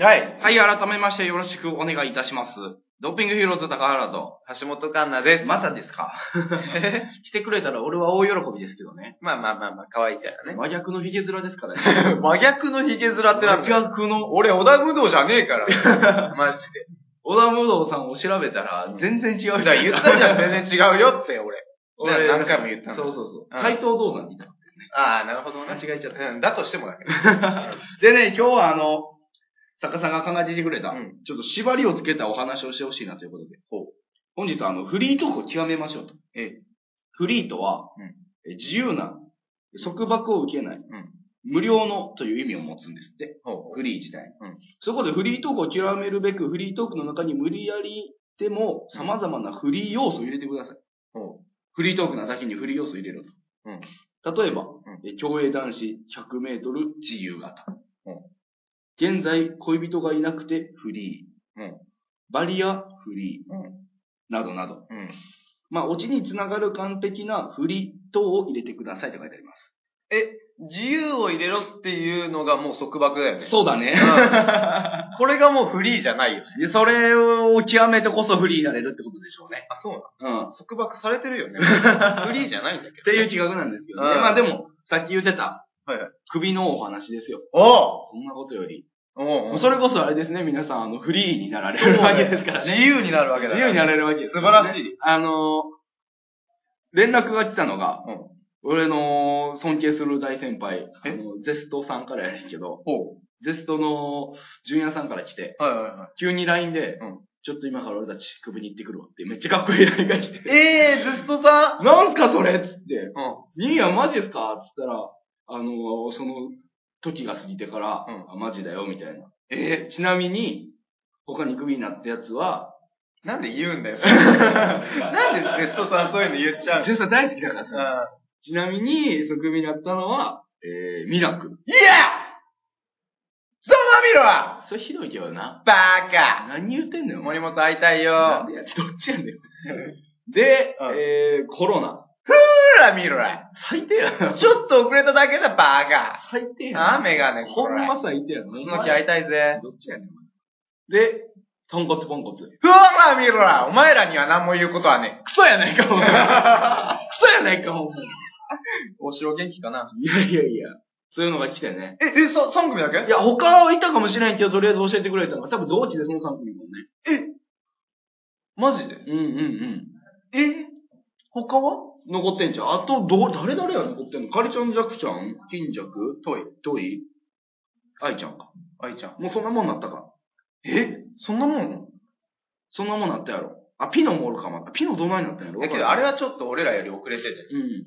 Speaker 2: はい。
Speaker 1: はい、改めましてよろしくお願いいたします。ドーピングヒーローズ高原と。
Speaker 2: 橋本環奈です。
Speaker 1: またですか 来てくれたら俺は大喜びですけどね。
Speaker 2: まあまあまあまあ、可愛いからね。
Speaker 1: 真逆のヒゲ面ですからね。
Speaker 2: 真逆のヒゲ面ってなん
Speaker 1: 真
Speaker 2: だよ。
Speaker 1: 逆の。
Speaker 2: 俺、織田武道じゃね えから。マジで。
Speaker 1: 小田武道さんを調べたら全然違う
Speaker 2: だから言った じゃん、全然違うよって、俺。
Speaker 1: 俺
Speaker 2: 何回も言ったの
Speaker 1: そうそうそう。
Speaker 2: うん
Speaker 1: 斎藤道山にいた。
Speaker 2: ああ、なるほど
Speaker 1: 間違えちゃった。
Speaker 2: うん、だとしてもだけど。
Speaker 1: でね、今日はあの、作家さんが考えていてくれた、
Speaker 2: ん
Speaker 1: ちょっと縛りをつけたお話をしてほしいなということで、本日はあの、フリートークを極めましょうと。フリーとは、
Speaker 2: うん
Speaker 1: え自由な、束縛を受けない、
Speaker 2: ん
Speaker 1: 無料のという意味を持つんですって。フリー自体。
Speaker 2: うん
Speaker 1: そこでフリートークを極めるべく、フリートークの中に無理やりでも様々なフリー要素を入れてください。フリートークなだけにフリー要素を入れろと。
Speaker 2: うん
Speaker 1: 例えば、
Speaker 2: ん
Speaker 1: え競泳男子100メートル自由形。
Speaker 2: うん
Speaker 1: 現在、恋人がいなくてフリー。
Speaker 2: うん
Speaker 1: バリアフリー。
Speaker 2: うん
Speaker 1: などなど。
Speaker 2: うん。
Speaker 1: まあ、オチにつながる完璧なフリー等を入れてくださいと書いてあります。
Speaker 2: 自由を入れろっていうのがもう束縛だよね。
Speaker 1: そうだね。
Speaker 2: これがもうフリーじゃないよね。
Speaker 1: でそれを極めてこそフリーになれるってことでしょうね。
Speaker 2: あ、そうなの
Speaker 1: うん。
Speaker 2: 束縛されて るよね。フリーじゃないんだけ
Speaker 1: っていう企画なんですけどね。
Speaker 2: うん
Speaker 1: まあでも、さっき言ってた、
Speaker 2: はいはい
Speaker 1: 首のお話ですよ。
Speaker 2: ど。お
Speaker 1: そんなことより。
Speaker 2: お
Speaker 1: もう
Speaker 2: そ
Speaker 1: そ
Speaker 2: れ
Speaker 1: れこそあれですね、皆さん、あの、フリーになられるわけですから
Speaker 3: 自
Speaker 1: ね。
Speaker 3: 由になるわけだ
Speaker 1: 自
Speaker 3: から。
Speaker 1: 由になれるわけです、
Speaker 3: 素晴らしい。
Speaker 1: あのー、連絡が来たのが、
Speaker 2: うん
Speaker 1: 俺の尊敬する大先輩、あ
Speaker 2: え
Speaker 1: のゼストさんからやねんけど、
Speaker 2: ほ
Speaker 1: ゼストの純也さんから来て、
Speaker 2: はいはいは
Speaker 1: 急に LINE で、
Speaker 2: うん
Speaker 1: ちょっと今から俺たち首に行ってくるわって、めっちゃかっこいい LINE が来て、
Speaker 3: えー、ずっとさん
Speaker 1: なんすかそれっつって、
Speaker 2: うん
Speaker 1: ニーヤマジっすかっつったら、あのーその時が過ぎてから、
Speaker 2: うん
Speaker 1: あマジだよ、みたいな。えーちなみに、他にクビになったやつは、
Speaker 3: なんで言うん だよ。
Speaker 2: なんでベストさんそういうの言っちゃう
Speaker 1: ジュンさん大好きだからさ、ちなみに、そのクビになったのは、えー、ミラク。
Speaker 3: いやその見ろ
Speaker 1: それひどいけどな。
Speaker 3: バカ
Speaker 1: 何言ってんのよ、
Speaker 3: 森本会いたい
Speaker 1: な
Speaker 3: よ
Speaker 1: ん。でやってどっちやねん。で、
Speaker 3: うん
Speaker 1: えー、コロナ。
Speaker 3: ほら見ろら。
Speaker 1: 最低やな。
Speaker 3: ちょっと遅れただけだ、バカ。
Speaker 1: 最低や
Speaker 3: なあ、
Speaker 1: な。
Speaker 3: メガネ、
Speaker 1: ほん
Speaker 3: こ
Speaker 1: ま最低やな。
Speaker 3: れ。楠木会いたいぜ。
Speaker 1: どっちやねん。で、豚骨ポンコツ。
Speaker 3: ほら見ろら。お前らには何も言うことはね
Speaker 1: クソやないか、お 前。クソやないか、お前。
Speaker 3: え。お城元気かない
Speaker 1: やいやいや。そういうのが来てね。
Speaker 3: え、え、そ、3組だけ
Speaker 1: いや、他はいたかもしれんけど、とりあえず教えてくれたのが、多分同期でその3組もね。
Speaker 3: マジで
Speaker 1: うんうん
Speaker 3: え他は
Speaker 1: うん。残ってんじゃん。あと、どう、誰誰や残ってんのカリちゃん、ジャクちゃん、金ジャク、トイ、トイ、アイちゃんか。
Speaker 3: 愛ちゃん。
Speaker 1: もうそんなもんなったか。
Speaker 3: えそんなもん
Speaker 1: そんなもんなったやろ。あ、ピノもおるかも。ピノどないなったんやろ
Speaker 2: だけどあれはちょっと俺らより遅れてて。
Speaker 1: うん。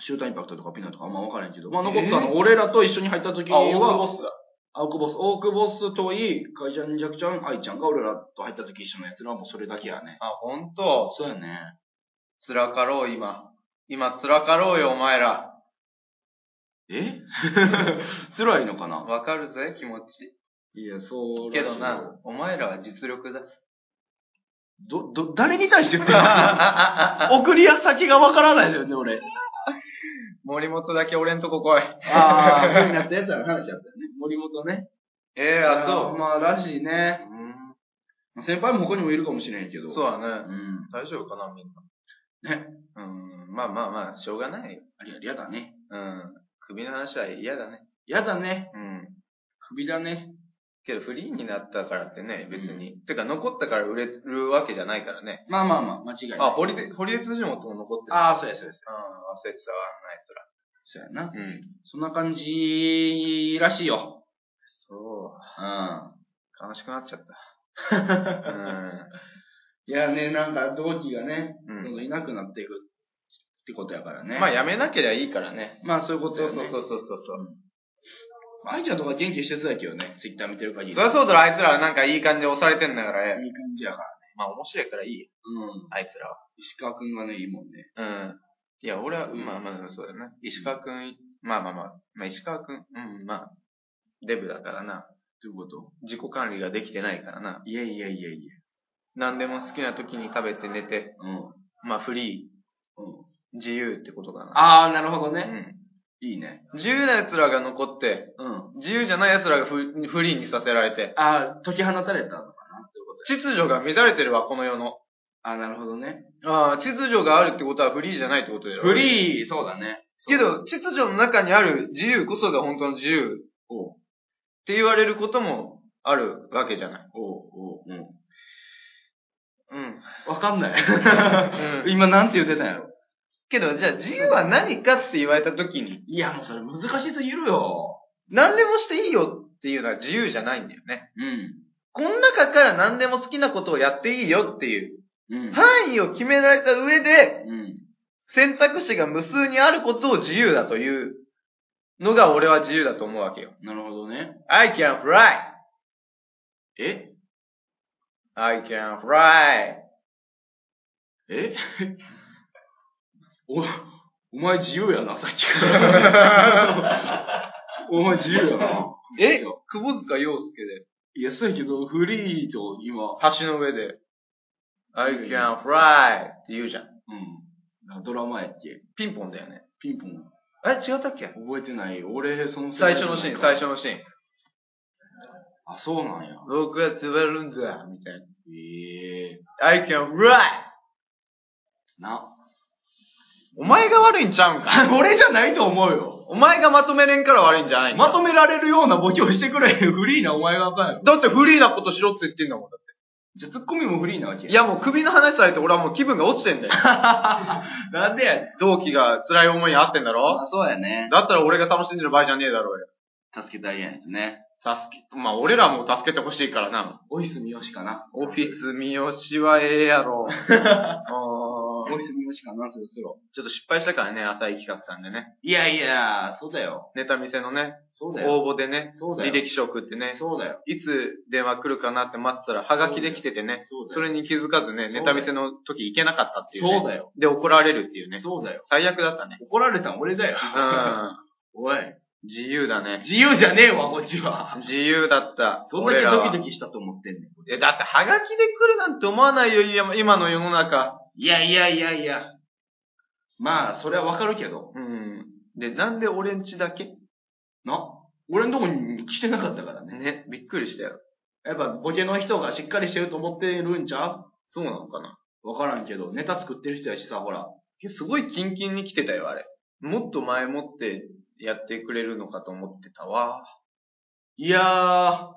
Speaker 1: シューターインパクトとかピノとかあんま分からへんけど。まあ残ったの、俺らと一緒に入った時は、
Speaker 2: スだ。
Speaker 1: 青久ボス、大久ボスといい、会社にジャクちゃん、愛ちゃんが俺らと入った時一緒のやつらはもうそれだけやね。
Speaker 2: あ、ほんと。
Speaker 1: そうやね。
Speaker 2: 辛かろう、今。今、辛かろうよ、お前ら。
Speaker 1: え 辛いのかな
Speaker 2: わかるぜ、気持ち。
Speaker 1: いや、そう
Speaker 2: け
Speaker 1: らしい
Speaker 2: どな、お前らは実力 だ。
Speaker 1: ど、ど、誰に対して 言ってんの送り先がわからないのよね、俺。
Speaker 2: 森本だけ俺んとこ来い。
Speaker 1: ああ、そうになったやつらの話やったよね。森本ね。
Speaker 2: ええあ、そ
Speaker 1: まあ、らしいね。
Speaker 2: う。うん。
Speaker 1: 先輩も他にもいるかもしれへんけど。。
Speaker 2: そううだね。
Speaker 1: うん。
Speaker 2: 大丈夫かな、みんな。
Speaker 1: ね。
Speaker 2: うん、まあまあまあ、しょうがないよ。
Speaker 1: ありゃ、嫌だね。
Speaker 2: うん。首の話は嫌だね。
Speaker 1: 嫌だね。
Speaker 2: うん。
Speaker 1: 首だね。
Speaker 2: けどフリーになったからってね、別に。てか残ったから売れるわけじゃないからね。
Speaker 1: まあまあまあ、間違いない。
Speaker 2: あ、堀江、堀江辻元も残ってる。
Speaker 1: ああ、そうや、そうや、そうや
Speaker 2: うん、忘れてたわ、あ
Speaker 1: そうやな。
Speaker 2: んなやつら。うん。
Speaker 1: そんな感じらしいよ。
Speaker 2: そ
Speaker 1: うん
Speaker 2: う、悲しくなっちゃった。
Speaker 1: いやね、なんか同期がね、
Speaker 2: う
Speaker 1: ど
Speaker 2: ん
Speaker 1: んどんいなくなっていくってことやから
Speaker 2: う
Speaker 1: ね。
Speaker 2: ん。まあ、やめなけりゃいいからね。
Speaker 1: まあそういうこ
Speaker 2: そ
Speaker 1: とよ
Speaker 2: う
Speaker 1: ね。
Speaker 2: そうそううそうそう。
Speaker 1: まあ、愛ちゃんとか元気してそうやけどね、ツイッター見てる限り。
Speaker 2: そりゃそうだろ、あいつらはなんかいい感じで押されてんだから
Speaker 1: い
Speaker 2: え。
Speaker 1: い感じやから。
Speaker 2: まあ、面白いからいいよ、
Speaker 1: うん。
Speaker 2: あいつらは。
Speaker 1: 石川くんがね、いいもんね。
Speaker 2: うん。いや、俺は、まあまあ、そうだな。石川くん、まあまあまあ、まあ、石川くん、うん、まあ、デブだからな。
Speaker 1: どういうこと
Speaker 2: 自己管理ができてないからな。
Speaker 1: いやいやいやいや。
Speaker 2: 何でも好きな時に食べて寝て、
Speaker 1: うん。
Speaker 2: まあ、フリ
Speaker 1: うん。
Speaker 2: ー、自由ってことかな。
Speaker 1: ああ、なるほど
Speaker 2: う
Speaker 1: ね。
Speaker 2: ん。
Speaker 1: いいね。
Speaker 2: 自由な奴らが残って、
Speaker 1: うん。
Speaker 2: 自由じゃない奴らがフフリーにさせられて、
Speaker 1: ああ、解き放たれたのかなっていうことや。
Speaker 2: 秩序が乱れてるわ、この世の。
Speaker 1: ああ、なるほどね。
Speaker 2: ああ、秩序があるってことはフリーじゃないってことだよ。
Speaker 1: フ
Speaker 2: ー
Speaker 1: リー、そうだね。
Speaker 2: けど、秩序の中にある自由こそが本当の自由
Speaker 1: おう
Speaker 2: って言われることもあるわけじゃない。
Speaker 1: おうおうおう
Speaker 2: うん。
Speaker 1: わかんな
Speaker 2: う
Speaker 1: い。
Speaker 2: ん。
Speaker 1: 今なんて言ってたんやろ。
Speaker 2: けど、じゃあ自由は何かって言われた時に、
Speaker 1: いや、もうそれ難しすぎるよ。
Speaker 2: 何でもしていいよっていうのは自由じゃないんだよね。
Speaker 1: うん。
Speaker 2: この中から何でも好きなことをやっていいよっていう、
Speaker 1: うん。
Speaker 2: 範囲を決められた上で、
Speaker 1: うん。
Speaker 2: 選択肢が無数にあることを自由だというのが俺は自由だと思うわけよ。
Speaker 1: なるほどね。
Speaker 2: I can fly!I
Speaker 1: え
Speaker 2: can fly!
Speaker 1: え お、お前自由やな、さっき から。お前自由やな。
Speaker 2: え窪塚洋介で、
Speaker 1: いや、そうやけど、フリーと今、
Speaker 2: 橋の上で、I can fly! って言うじゃん。
Speaker 1: うん。ドラマやっけ
Speaker 2: ピンポンだよね。
Speaker 1: ピンポン。
Speaker 2: あれ違ったっけ
Speaker 1: 覚えてない。俺、その
Speaker 2: 最初のシーン、最初。のシーン。
Speaker 1: あ、そうなんや。
Speaker 2: 僕は座るんだ、みたいな。
Speaker 1: ええ
Speaker 2: I can fly!
Speaker 1: な。
Speaker 2: お前が悪いんちゃうん か
Speaker 1: 俺じゃないと思うよ。
Speaker 2: お前がまとめれんから悪いんじゃないんだ
Speaker 1: まとめられるようなボケをしてくれよ。フリーなお前があかんよ。
Speaker 2: だってフリーなことしろって言ってんだもん、だっ
Speaker 1: じゃあ、ツッコミもフリーなわけ
Speaker 2: て。いやもう首の話されて俺はもう気分が落ちてんだ よ。
Speaker 1: なんでやねん。
Speaker 2: 同期が辛い思いにあってんだろ
Speaker 1: あ、そうやね。
Speaker 2: だったら俺が楽しんでる場合じゃねえだろうよ。
Speaker 1: 助けてあげないとね。
Speaker 2: 助け、まあ俺らも助けてほしいからな。
Speaker 1: オフィス三好かな。
Speaker 2: オフィス三好はええ やろ。あ
Speaker 1: オ
Speaker 2: ー
Speaker 1: フィス三好かな、そろそろ。
Speaker 2: ちょっと失敗したからね、浅い企画さんでね。
Speaker 1: いやいや、そうだよ。
Speaker 2: ネタ見せのね、
Speaker 1: そうだよ。
Speaker 2: 応募でね、
Speaker 1: そうだ
Speaker 2: 履
Speaker 1: よ。
Speaker 2: 歴書送ってね、
Speaker 1: そうだよ。
Speaker 2: いつ電話来るかなって待ってたら、ハガキで来ててね、
Speaker 1: そうだ
Speaker 2: そ
Speaker 1: よ。
Speaker 2: れに気づかずね、
Speaker 1: そうだ
Speaker 2: ネ
Speaker 1: よ
Speaker 2: タ見せの時行けなかったっていう、ね。
Speaker 1: そうだよ。
Speaker 2: で、怒られるっていうね。
Speaker 1: そうだよ。
Speaker 2: 最悪だったね。
Speaker 1: 怒られたん俺だよ。
Speaker 2: うん。
Speaker 1: おい。
Speaker 2: 自由だね。
Speaker 1: 自由じゃねえわ、こっちは。
Speaker 2: 自由だった。
Speaker 1: どんだけ
Speaker 2: 俺らは
Speaker 1: ドキドキしたと思ってんねん。
Speaker 2: え、だって、ハガキで来るなんて思わないよ、今今の世の中。
Speaker 1: いやいやいやいや。まあ、それはわかるけど。
Speaker 2: うん。で、なんで俺んちだけ
Speaker 1: な。俺んとこに来てなかったからね。
Speaker 2: ね、びっくりしたよ。
Speaker 1: やっぱ、ボケの人がしっかりしてると思ってるんちゃ
Speaker 2: そうなのかな。
Speaker 1: うわからんけど、ネタ作ってる人やしさ、ほら。
Speaker 2: いやすごいキンキンに来てたよ、あれ。もっと前もってやってくれるのかと思ってたわ。
Speaker 1: いや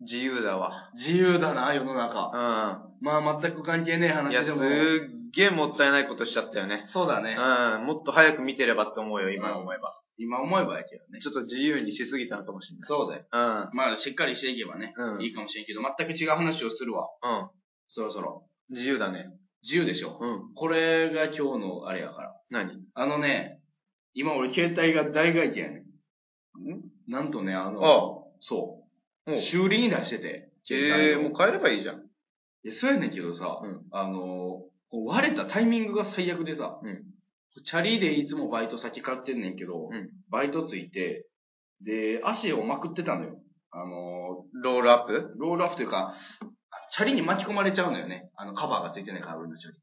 Speaker 2: 自由だわ。
Speaker 1: ー、自由だな、世の中。
Speaker 2: う
Speaker 1: まあ、全く関係ねえ
Speaker 2: ん。
Speaker 1: 話
Speaker 2: いや、す
Speaker 1: で
Speaker 2: っ
Speaker 1: も。
Speaker 2: げえもったいないことしちゃったよね。
Speaker 1: そうだね。
Speaker 2: うん。もっと早く見てればって思うよ、今思えば。
Speaker 1: 今思えばやけどね。
Speaker 2: ちょっと自由にしすぎたのかもしれない。
Speaker 1: そうだよ。
Speaker 2: うん。
Speaker 1: まあ、しっかりしていけばね。
Speaker 2: うん
Speaker 1: いいかもしれんけど、全く違う話をするわ。
Speaker 2: うん。
Speaker 1: そろそろ。
Speaker 2: 自由だね。
Speaker 1: 自由でしょ。
Speaker 2: うん。
Speaker 1: これが今日のあれやから。
Speaker 2: 何
Speaker 1: あのね、今俺携帯が大外見やねん。なんとね、あの、
Speaker 2: あ
Speaker 1: そ
Speaker 2: お
Speaker 1: う。修理に出してて。
Speaker 2: え
Speaker 1: 携
Speaker 2: え
Speaker 1: 帯
Speaker 2: も
Speaker 1: を
Speaker 2: う変えればいいじゃん。
Speaker 1: いやそうやねんけどさ、
Speaker 2: うん
Speaker 1: あの、こう割れたタイミングが最悪でさ、
Speaker 2: うん
Speaker 1: チャリでいつもバイト先買ってんねんけど、
Speaker 2: うん
Speaker 1: バイトついて、で、足をまくってたのよ。あの、
Speaker 2: ロールアップ
Speaker 1: ロールアップというか、チャリに巻き込まれちゃうのよね。あの、カバーがついてないから、俺のチャリ。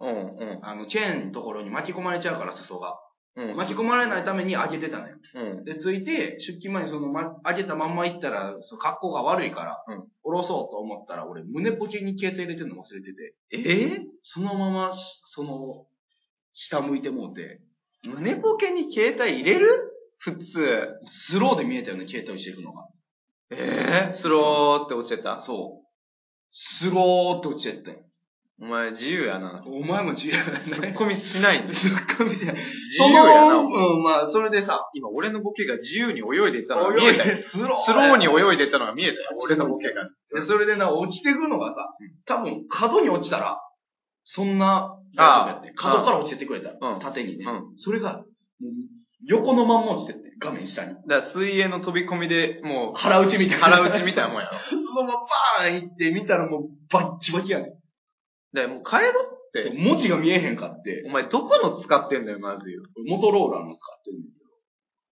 Speaker 2: うん、う
Speaker 1: あの、チェーンのところに巻き込まれちゃうから、裾が。
Speaker 2: ん。うん。
Speaker 1: 巻き込まれないために上げてたのよ。
Speaker 2: うん。
Speaker 1: で、ついて、出勤前にその、ま、上げたまんま行ったら、その格好が悪いから、
Speaker 2: うん
Speaker 1: 下ろそうと思ったら、俺、胸ポケに携帯入れてるの忘れてて、
Speaker 2: え
Speaker 1: そのままし、その、下向いてもうて、
Speaker 2: ー、胸ポケに携帯入れる普通。
Speaker 1: スローで見えたよね、携帯をしていくのが。
Speaker 2: えー、スローって落ちてた。
Speaker 1: そう。スローっと落ちてったよ。
Speaker 2: お前自由やな。
Speaker 1: お前も違うよ
Speaker 2: ツッ
Speaker 1: ね。
Speaker 2: コミしないんだよ。
Speaker 1: ツッコミじゃない
Speaker 2: 自
Speaker 1: そ
Speaker 2: 由やな、お前。
Speaker 1: の、うん、まあ、それでさ、
Speaker 2: 今、俺のボケが自由に泳いでいったのが見
Speaker 1: 泳
Speaker 2: え
Speaker 1: い
Speaker 2: たよ。
Speaker 1: で、スロー。
Speaker 2: スローに泳いでいったのが見えたよ。俺のボケが。
Speaker 1: で、それでな、落ちてくのがさ、多分、角に落ちたら、そんな、
Speaker 2: ああ
Speaker 1: やって角から落ちてってくれた
Speaker 2: うん
Speaker 1: 縦にね。
Speaker 2: う
Speaker 1: それが、もう横のまんま落ちてって、画面下に。
Speaker 2: だから水泳の飛び込みで、もう、
Speaker 1: 腹打ちみたいな。
Speaker 2: 腹打ち
Speaker 1: み
Speaker 2: みたいなもんや
Speaker 1: た
Speaker 2: ろ。
Speaker 1: いな。そのままバーン行って見たらもうバッキバキやねん
Speaker 2: だからもう帰ろ
Speaker 1: で
Speaker 2: って。
Speaker 1: 文字が見えへんかって、
Speaker 2: お前どこの使ってんだよ、まずよ。
Speaker 1: モトローラの使ってんだけど、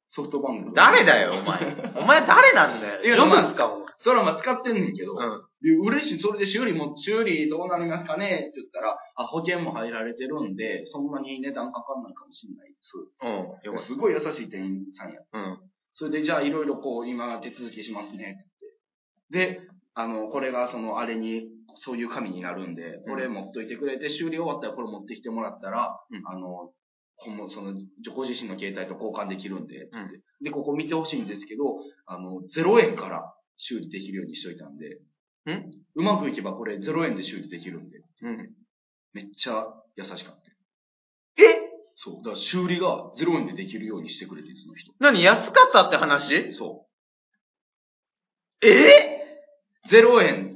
Speaker 1: ソフトバンクの。
Speaker 2: 誰だよ、お前。 お前誰なんだ
Speaker 1: いや
Speaker 2: よ。ジョブズか、お前。
Speaker 1: それはまあ使ってんねんけど、
Speaker 2: うん。
Speaker 1: で、嬉しい。それで修理も、修理どうなりますかねって言ったら、あ、保険も入られてるんで、そんなに値段かかんないかもしれないです。
Speaker 2: うん。よかっ
Speaker 1: すごい優しい店員さんや。
Speaker 2: た。うん。
Speaker 1: それで、じゃあ、いろいろこう、今、手続きしますね、って言って。で、あの、これが、その、あれに、そういう紙になるんで、これ持っといてくれて、修理終わったらこれ持ってきてもらったら、
Speaker 2: うん
Speaker 1: あの、ほんまその、ご自身の携帯と交換できるんで、って
Speaker 2: うん
Speaker 1: で、ここ見てほしいんですけど、あの、0円から修理できるようにしといたんで、
Speaker 2: ん
Speaker 1: うまくいけばこれ0円で修理できるんで、
Speaker 2: うん。
Speaker 1: めっちゃ優しかった。
Speaker 2: え
Speaker 1: そう。だから修理が0円でできるようにしてくれて、その人。
Speaker 2: 何安かったって話
Speaker 1: そ0円。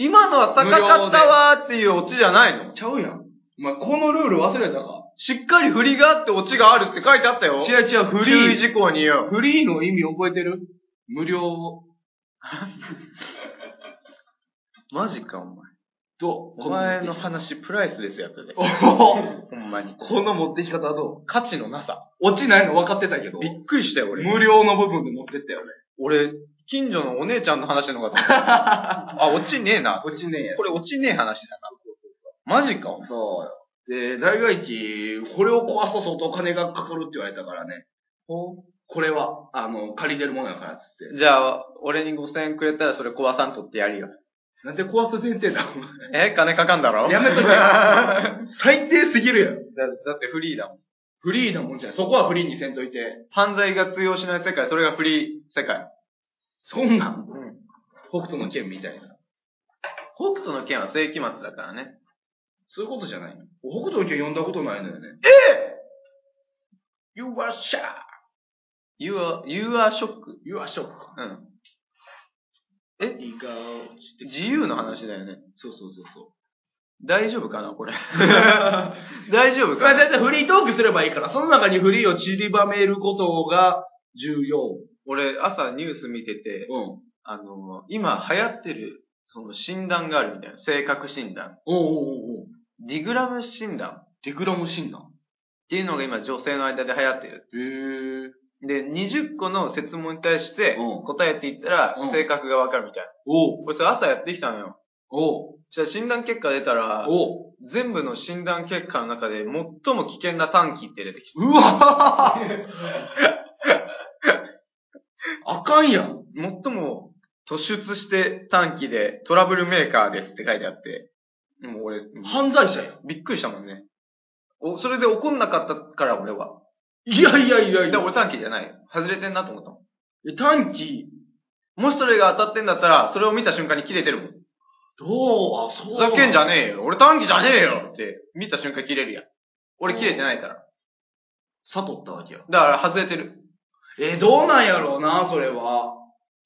Speaker 2: 今のは高かったわーっていうオチじゃないの
Speaker 1: ちゃうやん。お前、このルール忘れたか
Speaker 2: しっかり振りがあってオチがあるって書いてあったよ。
Speaker 1: 違う違う、フ
Speaker 2: 注意
Speaker 1: リー。
Speaker 2: 事項によ。
Speaker 1: フリーの意味覚えてる無料を。
Speaker 2: マジか、お前。
Speaker 1: どう
Speaker 2: お前 の。話、プライスですやったで。
Speaker 1: おお
Speaker 2: ほんまに。
Speaker 1: この持ってき方はどう
Speaker 2: 価値のなさ。
Speaker 1: 落ちないの分かってたけど。
Speaker 2: びっくりしたよ、俺。
Speaker 1: 無料の部分で持ってったよね。
Speaker 2: 俺、近所のお姉ちゃんの話の方がと思った。あ、落ちねえな。
Speaker 1: 落ちねえや
Speaker 2: これ落ちねえ話だな。マジか、お前
Speaker 1: そうよ。で、大外地、これを壊すと相当お金がかかるって言われたからね。これは、あの、借りてるものやからっつって。
Speaker 2: じゃあ、俺に5000円くれたらそれ壊さんとってやるよ。
Speaker 1: なんで壊す前提だ、お前
Speaker 2: え金かかんだろ
Speaker 1: やめとけ最低すぎるやん。
Speaker 2: だだってフリーだもん。
Speaker 1: フリーなもんじゃん。そこはフリーにせんといて。
Speaker 2: 犯罪が通用しない世界、それがフリー世界。
Speaker 1: そんなん、北斗の剣みたいな。
Speaker 2: 北斗の剣は世紀末だからね。
Speaker 1: そういうことじゃないの。北斗の剣呼んだことないのよね。え !You are shock!
Speaker 2: You are, you are shock.
Speaker 1: You are shock.
Speaker 2: うん。
Speaker 1: いいか
Speaker 2: 自由の話だよね。
Speaker 1: そうそうそうそ
Speaker 2: 大丈夫かな、 これ。大丈夫
Speaker 1: う。ま
Speaker 2: か
Speaker 1: あ、だいたいフリートークすればいいから、その中にフリーを散りばめることが重要。
Speaker 2: 俺、朝ニュース見てて、
Speaker 1: うん。
Speaker 2: あの、今流行ってる、その診断があるみたいな。性格診断。
Speaker 1: おうおうおうおう。
Speaker 2: ディグラム診断っ
Speaker 1: デグラム診断。
Speaker 2: ていうのが今女性の間で流行ってる。
Speaker 1: へえ。
Speaker 2: で、20個の質問に対して
Speaker 1: うん
Speaker 2: 答えていったら
Speaker 1: うん
Speaker 2: 性格がわかるみたいな。
Speaker 1: おう
Speaker 2: これさ、朝やってきたのよ。
Speaker 1: おう
Speaker 2: じゃあ診断結果出たら、
Speaker 1: おう
Speaker 2: 全部の診断結果の中で最も危険な短期って出てきた。
Speaker 1: うわあかんやん。
Speaker 2: 最も突出して短期でトラブルメーカーですって書いてあって。もう俺、
Speaker 1: 犯罪者やん。
Speaker 2: びっくりしたもんね。お、それで怒んなかったから俺は。
Speaker 1: いやいやいや
Speaker 2: だ
Speaker 1: いや
Speaker 2: から。俺短期じゃないよ。外れてんなと思ったもん。
Speaker 1: え短期、
Speaker 2: もしそれが当たってんだったら、それを見た瞬間に切れてるもん。
Speaker 1: どう、あ、そう
Speaker 2: ふざけんじゃ
Speaker 1: ね
Speaker 2: ねえよ。俺短期じゃねえよって、見た瞬間切れるやん。俺切れてないから。
Speaker 1: 悟ったわけよ。
Speaker 2: だから外れてる。
Speaker 1: えーどうなんやろうな、それは。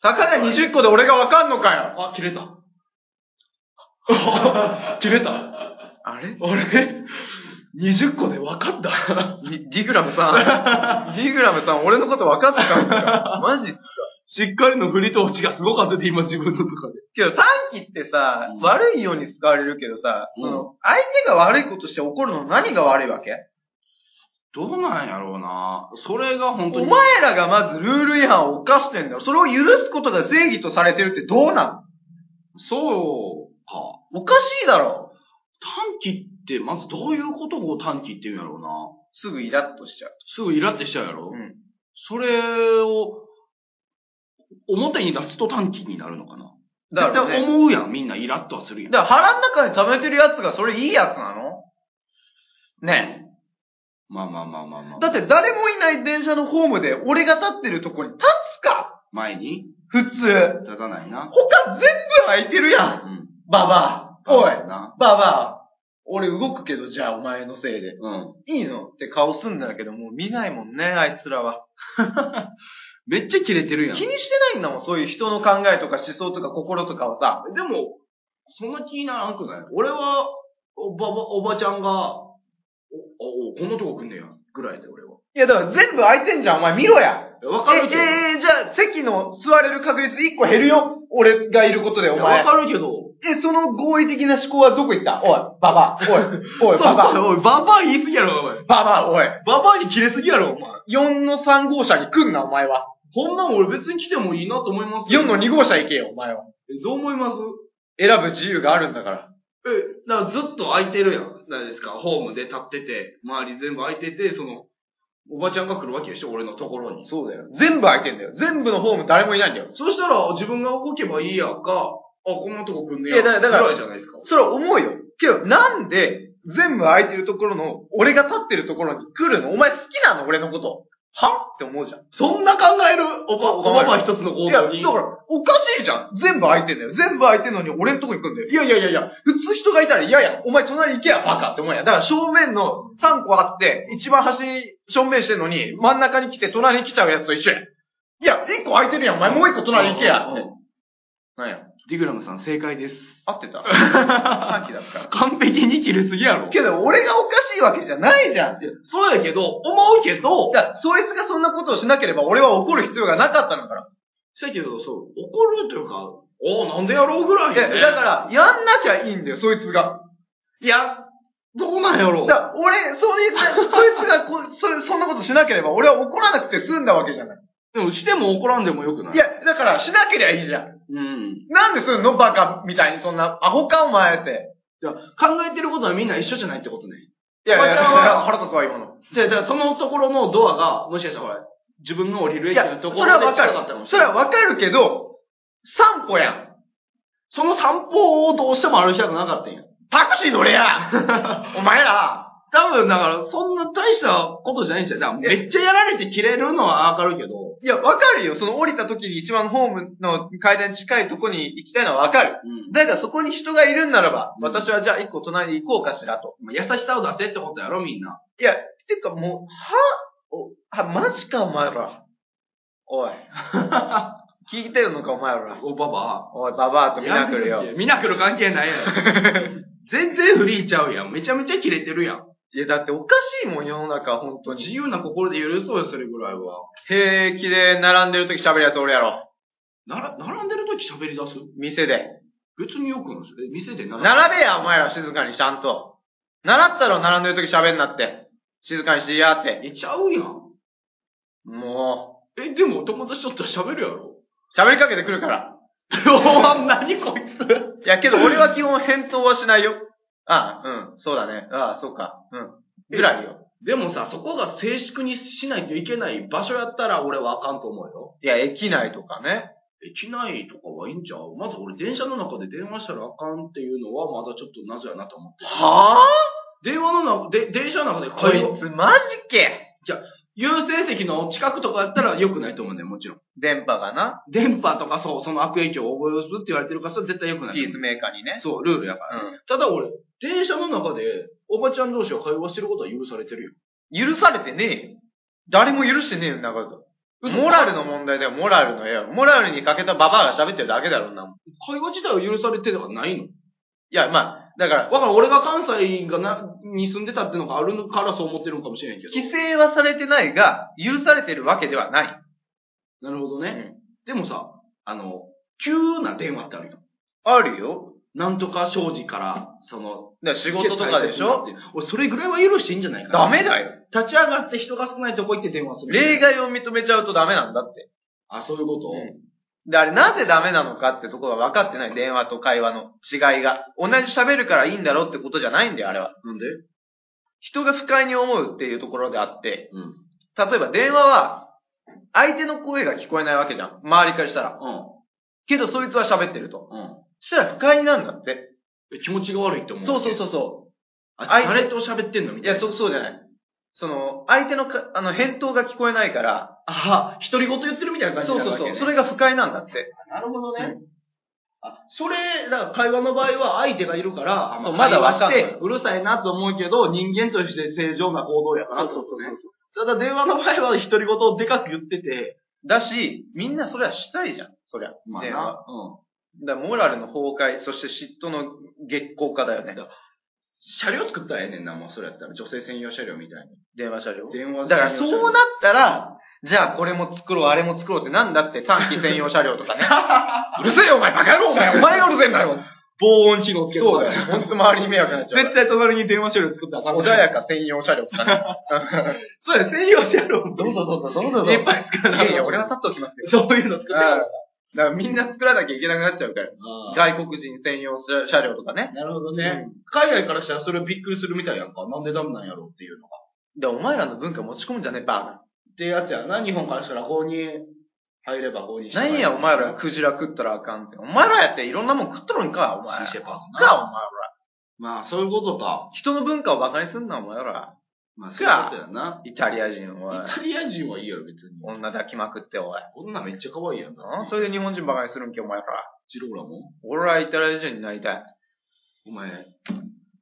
Speaker 2: たかが20個で俺がわかんのかよ
Speaker 1: あ、切れ た。切れた。
Speaker 2: あれ
Speaker 1: あれ ?20 個で分かった。
Speaker 2: ディグラム さん、ディグラムさん俺のこと分かってたんですかマジっすか
Speaker 1: しっかりの振りと落ちがすごかったで、今自分の中で。
Speaker 2: けど短期ってさ、
Speaker 1: うん
Speaker 2: 悪いように使われるけどさ、
Speaker 1: うん
Speaker 2: その、相手が悪いことして怒るの何が悪いわけ
Speaker 1: どうなんやろうな。それが本当
Speaker 2: お
Speaker 1: に。
Speaker 2: 前らがまずルール違反を犯してんだよ。それを許すことが正義とされてるってどうな
Speaker 1: そうか。
Speaker 2: のおかしいだろ。
Speaker 1: 短期って、まずどういうことを短期って言うんやろうな。
Speaker 2: すぐイラッとしちゃう。
Speaker 1: すぐイラってしちゃうやろ。
Speaker 2: うん
Speaker 1: それを、表に出すと短期になるのかな。
Speaker 2: だ
Speaker 1: 絶
Speaker 2: から、
Speaker 1: 対
Speaker 2: ね、
Speaker 1: 思うやん、みんなイラッとはするやん。
Speaker 2: だから腹の中に溜めてるやつがそれいいやつなのね
Speaker 1: まあまあまあまあま
Speaker 2: え。
Speaker 1: あ。
Speaker 2: だって誰もいない電車のホームで俺が立ってるとこに立つか
Speaker 1: 前に
Speaker 2: 普通。
Speaker 1: 立たないな。
Speaker 2: 他全部空いてるや。
Speaker 1: うんん。
Speaker 2: ババア。おい、
Speaker 1: な。
Speaker 2: ババア。俺動くけど、じゃあお前のせいで。
Speaker 1: うん。
Speaker 2: いいのって顔すんだけど、もう見ないもんね、あいつらは。
Speaker 1: めっちゃキレてるやん。
Speaker 2: 気にしてないんだもん、そういう人の考えとか思想とか心とかをさ。
Speaker 1: でも、そんな気にならんくない俺は、おばば、おばちゃんが、お、お、こんなとこ来んねや。ぐらいで俺は。
Speaker 2: いや、だから全部空いてんじゃん、お前見ろや。
Speaker 1: えわ
Speaker 2: え、
Speaker 1: かるけど。
Speaker 2: えー、じゃあ席の座れる確率1個減るよ。俺がいることで、お
Speaker 1: いやわ
Speaker 2: 前。
Speaker 1: かるけど。
Speaker 2: え、その合理的な思考はどこ行ったおい、ババア、おい、おい、ババ ア、
Speaker 1: おい、ババア言いすぎやろ、おい。
Speaker 2: ババア、おい。
Speaker 1: ババアにキレすぎやろ、お前。
Speaker 2: 4の3号車に来んな、お前は。
Speaker 1: こんなん俺別に来てもいいなと思いますよ
Speaker 2: 4の2号車行けよ、お前は。
Speaker 1: えどう思います
Speaker 2: 選ぶ自由があるんだから。
Speaker 1: え、だからずっと空いてるやん。何ですか、ホームで立ってて、周り全部空いてて、その、おばちゃんが来るわけでしょ、俺のところに。
Speaker 2: そうだよ。全部空いてんだよ。全部のホーム誰もいないんだよ。
Speaker 1: そしたら、自分が動けばいいやんか、あ、こんなとこ来んね
Speaker 2: い
Speaker 1: や。
Speaker 2: やだからだから
Speaker 1: ぐいじゃないですか。
Speaker 2: それは思うよ。けど、なんで、全部空いてるところの、俺が立ってるところに来るのお前好きなの俺のこと。はって思うじゃん。
Speaker 1: そんな考えるおば、お
Speaker 2: 考える
Speaker 1: ばば一つの行
Speaker 2: いや、だ
Speaker 1: 動
Speaker 2: か
Speaker 1: に。
Speaker 2: ら、おかしいじゃん。全部空いてんだよ。全部空いてんのに俺んとこ行くんだよ。いやいやいやいや、普通人がいたら嫌やん。お前隣行けや、バカって思うやん。だから正面の3個あって、一番端に正面してんのに、真ん中に来て隣に来ちゃうやつと一緒やん。いや、1個空いてるやん。お前もう1個隣行けや。って。なんや。
Speaker 1: ディグラムさん正解です。
Speaker 4: 合って た短期だった。
Speaker 1: 完璧に切れすぎやろ。
Speaker 4: けど、俺がおかしいわけじゃないじゃん。
Speaker 1: そうやけど、思うけど、
Speaker 2: だからそいつがそんなことをしなければ俺は怒る必要がなかったのから。
Speaker 1: そうやけど、そう、怒るというか、おうなんでやろうぐらい
Speaker 2: で、だ
Speaker 1: や
Speaker 2: か
Speaker 1: ね
Speaker 2: ら、やんなきゃいいんだよ、そいつが。
Speaker 1: いや、どうなんやろ
Speaker 2: だから俺、それ、そいつがこそ、そんなことしなければ俺は怒らなくて済んだわけじゃない。
Speaker 1: でも、しても怒らんでもよくない
Speaker 2: いや、だから、しなけりゃいいじゃん。
Speaker 4: うん。
Speaker 2: なんですんのバカみたいに、そんな、アホかお前って。
Speaker 1: じゃあ考えてることはみんな一緒じゃないってことね。
Speaker 2: いやいや、
Speaker 1: おばちゃんは
Speaker 2: 腹立つわ、今の。
Speaker 1: じゃあ、だからそのところのドアが、もしかしたらほら、自分の降りる
Speaker 2: い
Speaker 1: 駅
Speaker 2: や
Speaker 1: の、と
Speaker 2: それ
Speaker 1: ころ
Speaker 2: は
Speaker 1: で
Speaker 2: わか
Speaker 1: 近
Speaker 2: る
Speaker 1: かったかも。し
Speaker 2: そ
Speaker 1: れ
Speaker 2: れ
Speaker 1: ない。
Speaker 2: はわかるけど、散歩やん。
Speaker 1: その散歩をどうしても歩きたくなかったんや。
Speaker 2: タクシー乗れや お前ら
Speaker 1: 多分、だから、そんな大したことじゃないんじゃん。だからめっちゃやられて切れるのはわかるけど、
Speaker 2: いや、わかるよ。その降りた時に一番ホームの階段に近いとこに行きたいのはわかる。
Speaker 4: うん。
Speaker 2: だからそこに人がいるんならば、
Speaker 4: うん
Speaker 2: 私はじゃあ一個隣に行こうかしらと。
Speaker 1: まあ優しさを出せってことやろ、みんな。
Speaker 2: いや、てかもう、は、お、は、マジかお前ら。おい。 聞いてるのかお前ら。
Speaker 1: お、ばば。
Speaker 2: おい、ババアとみんな来るよ。。
Speaker 1: ミナクル関係ないやろ。 全然フリーちゃうやん。めちゃめちゃ切れてるやん。
Speaker 2: いや、だっておかしいもん、世の中、本当
Speaker 1: 自
Speaker 2: に。
Speaker 1: 由な心で許そうよ、それぐらいは。
Speaker 2: 平気で並んでる時喋るやつ俺やろ。
Speaker 1: なら、並んでる時喋り出す
Speaker 2: 店で。
Speaker 1: 別によくないですえ、店で並
Speaker 2: 並べや、お前ら、静かにちゃんと。習ったろ、並んでる時喋んなって。静かにしてやって。
Speaker 1: べえ、ちゃうやん。
Speaker 2: も
Speaker 1: え、でも友達とったら喋るやろ。
Speaker 2: う、喋りかけてくるから。
Speaker 1: お何こいつ。
Speaker 2: いや、けど俺は基本返答はしないよ。ああ、うん、そうだね。ああ、そうか。うん。ぐらいよ。
Speaker 1: でもさ、そこが静粛にしないといけない場所やったら俺はあかんと思うよ。
Speaker 2: いや、駅内とかね。
Speaker 1: 駅内とかはいいんちゃうまず俺電車の中で電話したらあかんっていうのはまだちょっと謎やなと思って。
Speaker 2: は
Speaker 1: 電話の中、で、電車の中で
Speaker 2: あこ
Speaker 1: 会
Speaker 2: い
Speaker 1: 話、
Speaker 2: つマジけ
Speaker 1: 優先席の近くとかやったら良くないと思うんだよ、もちろん。
Speaker 2: 電波がな、
Speaker 1: 電波とかそう、その悪影響を及ぼすって言われてるからそれ絶対良くないと
Speaker 2: ピ
Speaker 1: 思う。
Speaker 2: ースメーカーにね。
Speaker 1: そう、ルールやから。
Speaker 2: う
Speaker 1: ただ俺、電車の中で、おばちゃん同士が会話してることは許されてるよ。
Speaker 2: ん。許されてねえよ。誰も許してねえよ、んなこと。モラルの問題だよ、モラルのよ。モラルに欠けたババアが喋ってるだけだろ、んなもん。い
Speaker 1: 会話自体は許されてるとかないの
Speaker 2: や、まあ、だから
Speaker 1: だ、から俺が関西がな、に住んでたってのがあるからそう思ってるのかもしれんけど。
Speaker 2: 規制はされてないが、許されてるわけではない。
Speaker 1: なるほどね、でもさ、あの、急な電話ってあるよ。
Speaker 2: あるよ。
Speaker 1: なんとか庄司から、その、
Speaker 2: だから仕事とかでしょ
Speaker 1: 俺、それぐらいは許していいんじゃないかな。
Speaker 2: ダメだよ。
Speaker 1: 立ち上がって人が少ないとこ行って電話する。
Speaker 2: 例外を認めちゃうとダメなんだって。
Speaker 1: あ、そういうこと、
Speaker 2: で、あれなぜダメなのかってとこが分かってない、電話と会話の違いが。同じ喋るからいいんだろうってことじゃないんだよ、あれは。
Speaker 1: なんで
Speaker 2: 人が不快に思うっていうところであって、
Speaker 1: うん。うん。
Speaker 2: 例えば電話は、相手の声が聞こえないわけじゃん。周りからしたら。けど、そいつは喋ってると。
Speaker 1: うん。
Speaker 2: そしたら不快になるんだって。
Speaker 1: え気持ちが悪いって思う。。
Speaker 2: そうそうそううそ
Speaker 1: あ、
Speaker 2: あい
Speaker 1: 誰と喋ってんの
Speaker 2: う。
Speaker 1: み
Speaker 2: い
Speaker 1: たいな。
Speaker 2: や、そう、そうじゃない。その、相手のか、あの、返答が聞こえないから、
Speaker 1: あ、独り言言ってるみたいな感じ
Speaker 2: そ
Speaker 1: に
Speaker 2: う
Speaker 1: な
Speaker 2: そ
Speaker 1: る
Speaker 2: う
Speaker 1: わけ、
Speaker 2: そ
Speaker 1: ね、
Speaker 2: う。それが不快なんだって。
Speaker 1: なるほどね。あ、それ、だから会話の場合は相手がいるから、
Speaker 2: そう
Speaker 1: まあ
Speaker 2: まだわかんな
Speaker 1: 会
Speaker 2: い
Speaker 1: 話してうるさいなと思うけど、人間として正常な行動やから。
Speaker 2: そうそうそう
Speaker 1: そう。ただ電話の場合は独り言をでかく言ってて、
Speaker 2: だし、みんなそれはしたいじゃん。そりゃ。電話。
Speaker 1: うん。
Speaker 2: だからモラルの崩壊、そして嫉妬の激高化だよね。
Speaker 1: 車両作ったらええねんな、もうそれやったら。女性専用車両みたいに。
Speaker 2: 電話車両。
Speaker 1: 電話
Speaker 2: だからそうなったら、じゃあこれも作ろう、あれも作ろうってなんだって短期専用車両と かね。うるせえよ、お前、バカ野郎、お前、お前がうるせえんだよ。
Speaker 1: 防音機能つけ
Speaker 2: そうだよ。ほんと周りに迷惑になっちゃう
Speaker 1: 絶対隣に電話車両作ったらあかん
Speaker 2: 穏やか専用車両と かね。
Speaker 1: そうだよ、専用車両。
Speaker 2: どうぞどうぞ、どうぞ
Speaker 1: いっぱい作らない
Speaker 2: やいや、俺は立っておきますよ。
Speaker 1: そういうの作って
Speaker 2: うんだからみんな作らなきゃいけなくなっちゃうから。外国人専用車車両とかね。
Speaker 1: なるほどね、海外からしたらそれびっくりするみたいやんか。なんでダメなんやろっていうのが。
Speaker 2: で、お前らの文化持ち込むんじゃねえ、バ
Speaker 1: ってやつやな、日本からしたら法に入れば法に
Speaker 2: カ。なんや、お前らクジラ食ったらあかんって。お前らやっていろんなもん食っとるんか、お前ら。
Speaker 1: シーシェパードな
Speaker 2: か、お前ら。
Speaker 1: まあ、そういうことか。
Speaker 2: 人の文化をバカにすんな、お前ら。
Speaker 1: まあ、そういうことやな。
Speaker 2: イタリア人、おい。
Speaker 1: イタリア人はいいやろ、別に。
Speaker 2: 女抱きまくって、おい。
Speaker 1: 女めっちゃ可愛いやんだ
Speaker 2: うんそれで日本人バカにするんけ、お前ら。
Speaker 1: ジローラも
Speaker 2: 俺はイタリア人になりたい。
Speaker 1: お 前、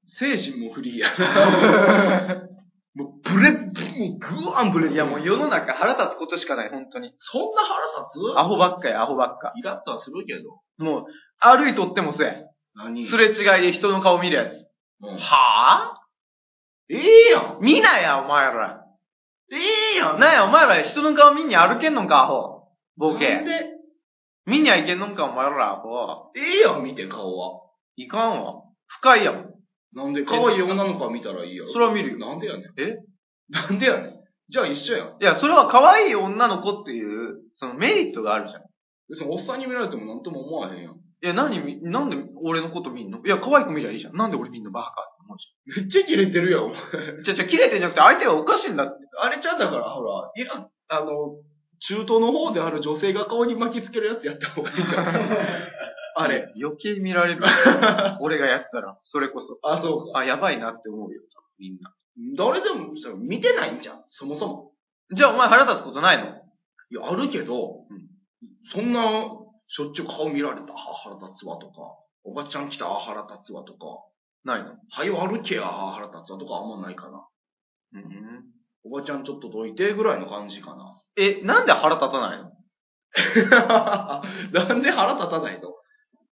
Speaker 1: 精神もフリーや。もう、ブレッブレ
Speaker 5: にグワンブレて
Speaker 2: いやもう世の中腹立つことしかない、本当に。
Speaker 5: そんな腹立つ
Speaker 2: アホばっかや、アホばっか。
Speaker 1: イラッとはするけど。
Speaker 2: もう、歩いとってもそうや。
Speaker 1: 何
Speaker 2: すれ違いで人の顔見るやつ。
Speaker 1: うん
Speaker 2: はぁ
Speaker 5: ええやん
Speaker 2: 見なや、お前ら。
Speaker 5: ええやん
Speaker 2: なんや、お前ら人の顔見に歩けんのか、アホ。ボ
Speaker 5: なんで
Speaker 2: ケ。見にゃいけんのか、お前ら、アホ。
Speaker 5: ええやん、見て顔は。
Speaker 2: いかんわ。深いやん。
Speaker 1: なんで可愛い女の子は見たらいいやろ。
Speaker 2: それは見るよ
Speaker 1: なんでやねん。
Speaker 2: え
Speaker 1: なんでやねん。じゃあ一緒やん。
Speaker 2: いや、それは可愛い女の子っていう、そのメリットがあるじゃん。い
Speaker 1: 別におっさんに見られてもなんとも思わへんやん。
Speaker 2: や、何み、なんで俺のこと見んのいや、可愛く見りゃいいじゃん。なんで俺見んのバカって思うじ
Speaker 1: めっちゃキレてるやん、お前
Speaker 2: ゃん。じゃ、じゃ、切れてんじゃなくて相手がおかしいんだって。
Speaker 1: あれちゃんだから、ほら、いら、あの、中東の方である女性が顔に巻きつけるやつやった方がいいじゃん。あれ。
Speaker 2: 余計見られ る。俺がやったら、それこそ。
Speaker 1: あ、そうか。
Speaker 2: あ、やばいなって思うよ、みんな。
Speaker 1: 誰でも、それ見てないんじゃん、そもそも。
Speaker 2: じゃあお前腹立つことないの
Speaker 1: いや、あるけど、
Speaker 2: うん
Speaker 1: そんな、しょっちゅう顔見られた、あ腹立つわとか、おばちゃん来た、あ腹立つわとか、
Speaker 2: ないの
Speaker 1: はよ歩けや、あ腹立つわとかあんまないかな。
Speaker 2: うん。
Speaker 1: おばちゃんちょっとどいてぐらいの感じかな。
Speaker 2: え、なんで腹立たないの
Speaker 1: なんで腹立たないの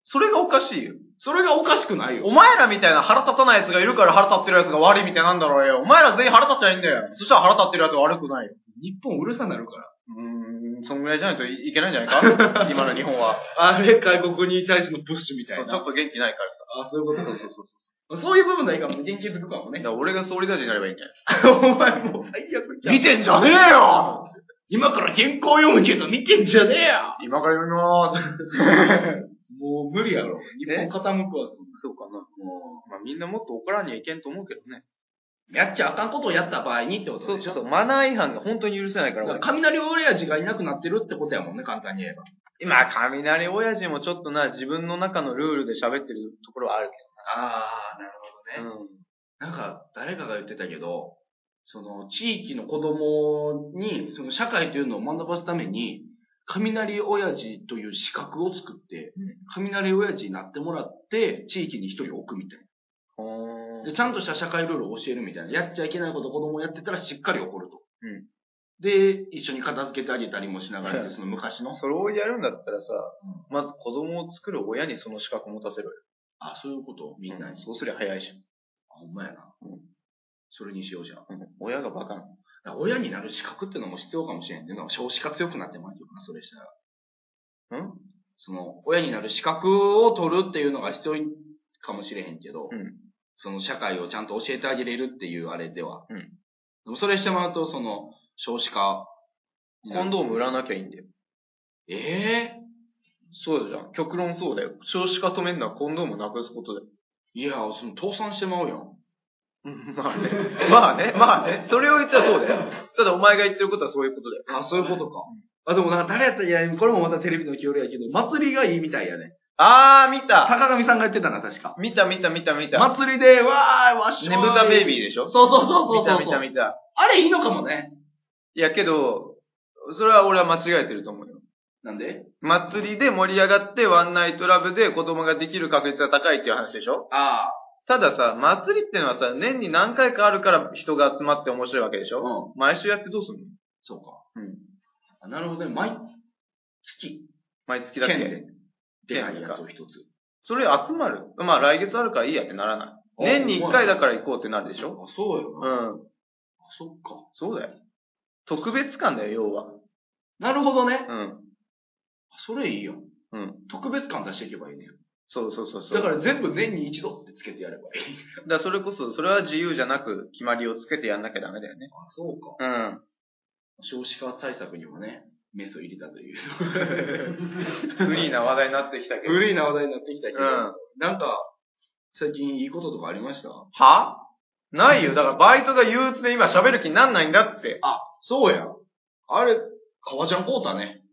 Speaker 2: それがおかしいよ。
Speaker 1: それがおかしくないよ。
Speaker 2: お前らみたいな腹立たない奴がいるから腹立ってる奴が悪いみたいなんだろうよ。お前ら全員腹立っちゃいいんだよ。そしたら腹立ってる奴は悪くないよ。
Speaker 1: 日本うるさなるから。
Speaker 2: うーん、そんぐらいじゃないといいけないんじゃない か今の日本は。
Speaker 1: あれ、外国に対してのプッシュみた
Speaker 2: そ
Speaker 1: いう
Speaker 2: ちょっ
Speaker 1: な。
Speaker 2: と元気ないからさ。
Speaker 1: あ、そういうことそうそうそうそう。そういう部分だけが元気づくかも
Speaker 2: だ
Speaker 1: ね
Speaker 2: か。ら俺が総理大臣になればいいんじゃない
Speaker 1: お前もう最悪じゃん。
Speaker 2: 見てんじゃねえよ
Speaker 1: 今から原稿読むけど見てんじゃねえよ
Speaker 2: 今から読みまーす。
Speaker 1: もう無理やろ。日本傾くわ。
Speaker 2: そうかな。もう、まあみんなもっと怒らんにはいけんと思うけどね。
Speaker 1: やっちゃあかんことをやった場合にってこと
Speaker 2: そう
Speaker 1: でし
Speaker 2: そ
Speaker 1: ょ
Speaker 2: うそう。マナー違反が本当に許せないから
Speaker 1: だから
Speaker 2: 俺。
Speaker 1: 雷親父がいなくなってるってことやもんね、簡単に言えば。
Speaker 2: 今、雷親父もちょっとな、自分の中のルールで喋ってるところはある
Speaker 1: あー、なる
Speaker 2: けど。うん。
Speaker 1: なんか、誰かが言ってたけど、その、地域の子供に、その社会というのを学ばすために、雷親父という資格を作って、雷親父になってもらって、地域に一人置くみたいな。で、ちゃんとした社会ルールを教えるみたいな。やっちゃいけないこと子供やってたらしっかり怒ると。
Speaker 2: うん
Speaker 1: で、一緒に片付けてあげたりもしながら、その昔の。
Speaker 2: それをやるんだったらさ、まず子供を作る親にその資格持たせろよ。
Speaker 1: あ、そういうことみんなに。
Speaker 2: そうすりゃ早いじゃん。
Speaker 1: あほんまやな。それにしようじゃん。だか
Speaker 2: 親がバカなの。
Speaker 1: ら親になる資格ってのも必要かもしれんけど、少子化強くなってまいるよな、それしたら。
Speaker 2: うん
Speaker 1: その、親になる資格を取るっていうのが必要かもしれへんけど、
Speaker 2: うん
Speaker 1: その社会をちゃんと教えてあげれるっていうあれでは。
Speaker 2: うん
Speaker 1: でもそれしてもらうと、その、少子化。
Speaker 2: コンドーム売らなきゃいいんだよ。
Speaker 1: ええ
Speaker 2: そうじゃん。極論そうだよ。少子化止めるのはコンドームなくすことだよ。
Speaker 1: いや、その、倒産してまうやん。
Speaker 2: まあね。 まあね。まあね。それを言ったらそうだよ。ただお前が言ってることはそういうことだよ。
Speaker 1: あ、そういうことか。あ、でもなんか誰やったら、いや、これもまたテレビの記憶やけど、祭りがいいみたいやね。
Speaker 2: あー、見た
Speaker 1: 坂上さんが言ってたな、確か。
Speaker 2: 見た見た見た見た。
Speaker 1: 祭りで、わーい、わっしょ
Speaker 2: ねぶたベイ
Speaker 1: ー。
Speaker 2: ビーでしょ
Speaker 1: そうそうそうそうそう。
Speaker 2: 見た見た見た。
Speaker 1: あれいいのかもね。
Speaker 2: いやけど、それは俺は間違えてると思うよ。
Speaker 1: なんで
Speaker 2: 祭りで盛り上がってワンナイトラブで子供ができる確率が高いっていう話でしょ
Speaker 1: ああ。
Speaker 2: たださ、祭りってのはさ、年に何回かあるから人が集まって面白いわけでしょ、
Speaker 1: うん。
Speaker 2: 毎週やってどうすんの
Speaker 1: そうか。
Speaker 2: うん。
Speaker 1: あなるほどね。毎月、
Speaker 2: 毎月だ
Speaker 1: 県
Speaker 2: け
Speaker 1: で。出ないやつを一つ。
Speaker 2: それ集まるまあ来月あるからいいやってならない。年に1回だから行こうってなるでしょ
Speaker 1: あ、そうよ
Speaker 2: う
Speaker 1: な。
Speaker 2: ん。
Speaker 1: あそっか。
Speaker 2: そうだよ。特別感だよ、要は。
Speaker 1: なるほどね。
Speaker 2: うん。
Speaker 1: あそれいいよ。
Speaker 2: うん。
Speaker 1: 特別感出していけばいいね。
Speaker 2: そうそうそうそ
Speaker 1: だ
Speaker 2: う。
Speaker 1: から全部年に一度ってつけてやればいい。
Speaker 2: だからそれこそ、それは自由じゃなく決まりをつけてやんなきゃダメだよね。
Speaker 1: あ、そうか。
Speaker 2: うん。
Speaker 1: 少子化対策にもね、メスを入れたと いう。
Speaker 2: フリーな話題になってきたけど。
Speaker 1: 古いな話題になってきたけど、
Speaker 2: うん
Speaker 1: なんか、最近いいこととかありました
Speaker 2: はないよ。だからバイトが憂鬱で今喋る気になんないんだって。
Speaker 1: あ、そうや。あれ、革ちゃんこうたね。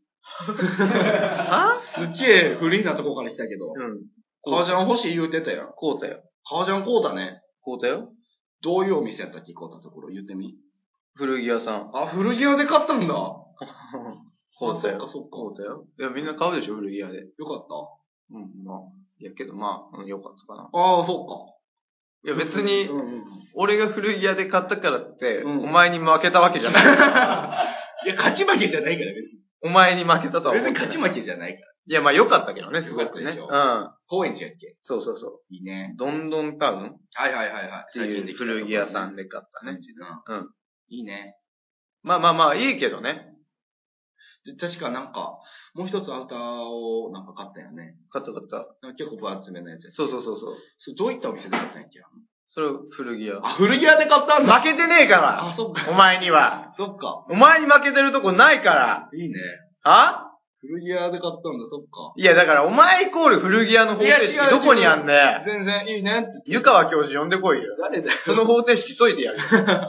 Speaker 2: は
Speaker 1: すっげえフリーなとこから来たけど。
Speaker 2: うん。
Speaker 1: 革ジャン欲しい言うてたやん。
Speaker 2: こうだよ。
Speaker 1: 革ジャンこうたね。
Speaker 2: こうだよ。
Speaker 1: どういうお店やったっけこうたところ言ってみ。
Speaker 2: 古着屋さん。
Speaker 1: あ、古着屋で買ったんだ。
Speaker 2: こ
Speaker 1: あ
Speaker 2: うだ
Speaker 1: そっ
Speaker 2: よ。
Speaker 1: かそっ
Speaker 2: こ
Speaker 1: か。
Speaker 2: うだよ。いや、みんな買うでしょ、古着屋で。
Speaker 1: よかっ
Speaker 2: うん、まあ。いやけど、まあ、うん、よかったかな。
Speaker 1: た。ああ、そ
Speaker 2: いや別に
Speaker 1: う、ん うん
Speaker 2: 俺が古着屋で買ったからって、
Speaker 1: うん
Speaker 2: お前に負けたわけじ ゃない。
Speaker 1: いや、勝ち負けじゃないから、別に。
Speaker 2: お前に負けたとは
Speaker 1: 別
Speaker 2: 思
Speaker 1: に
Speaker 2: ってない
Speaker 1: 勝ち負けじゃないから。
Speaker 2: いや、まあ良かったけどね、すごくね。う
Speaker 1: 良かっ
Speaker 2: ん
Speaker 1: たでし。高円寺やっけ
Speaker 2: そうそうそ
Speaker 1: いいね。
Speaker 2: う。どんどんタウンっ
Speaker 1: はいはいはいはい。
Speaker 2: ていう古着屋さんで買ったね。
Speaker 1: ね。
Speaker 2: うん。
Speaker 1: いいね。
Speaker 2: まあまあまあ、いいけどね。
Speaker 1: で、確かなんか、もう一つアウターをなんか買ったよね。
Speaker 2: 買った買った。
Speaker 1: なんか結構分厚めのやつや
Speaker 2: そうそうそうそう。
Speaker 1: それどういったお店で買ったんやっけ
Speaker 2: それを古着屋。
Speaker 1: あ、古着屋で買ったんだ
Speaker 2: 負けてねえから
Speaker 1: あ、そっか。
Speaker 2: お前には。
Speaker 1: そっか。
Speaker 2: お前に負けてるとこないから。
Speaker 1: いいね。
Speaker 2: あ
Speaker 1: 古着屋で買ったんだ、そっか。
Speaker 2: いや、だからお前イコール古着屋の方程
Speaker 1: い
Speaker 2: 式
Speaker 1: や違う
Speaker 2: どこにあんね
Speaker 1: 全然いいねって。
Speaker 2: 湯川教授呼んでこいよ。
Speaker 1: 誰 だよ。
Speaker 2: その方程式解いてやる。どうすんだ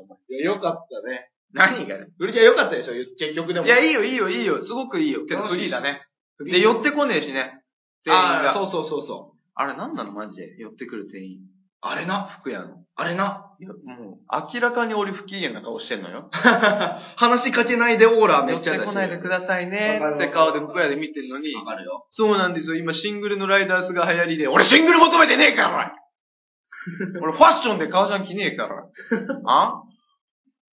Speaker 2: お前。
Speaker 1: いや、よかったね。
Speaker 2: 何が
Speaker 1: 古着屋よかったでしょ、結局でも。
Speaker 2: いや、いいよ、いいよ、いいよ。すごくいいよ。けど、
Speaker 1: 楽
Speaker 2: フ
Speaker 1: しい
Speaker 2: リーだね。
Speaker 1: フリー
Speaker 2: で、寄ってこねえしね。店員
Speaker 1: あー
Speaker 2: が。
Speaker 1: そうそうそうそう。
Speaker 2: あれ、なんなのマジで。寄ってくる店員。
Speaker 1: あれな、
Speaker 2: 服屋の。
Speaker 1: あれな。
Speaker 2: いや、もう、明らかに俺不機嫌な顔してんの よ。
Speaker 1: 話しかけないでオーラめ
Speaker 2: 寄
Speaker 1: っ
Speaker 2: っ
Speaker 1: ちゃ
Speaker 2: て
Speaker 1: 出してる。
Speaker 2: こないでくださいね
Speaker 1: わかるわ
Speaker 2: っ
Speaker 1: かる
Speaker 2: て顔で服屋で見てんのに。
Speaker 1: わかるよ。
Speaker 2: そうなんですよ。今、シングルのライダースが流行りで。俺、シングル求めてねえ から、お前俺、ファッションで顔じゃん着ねえから。あ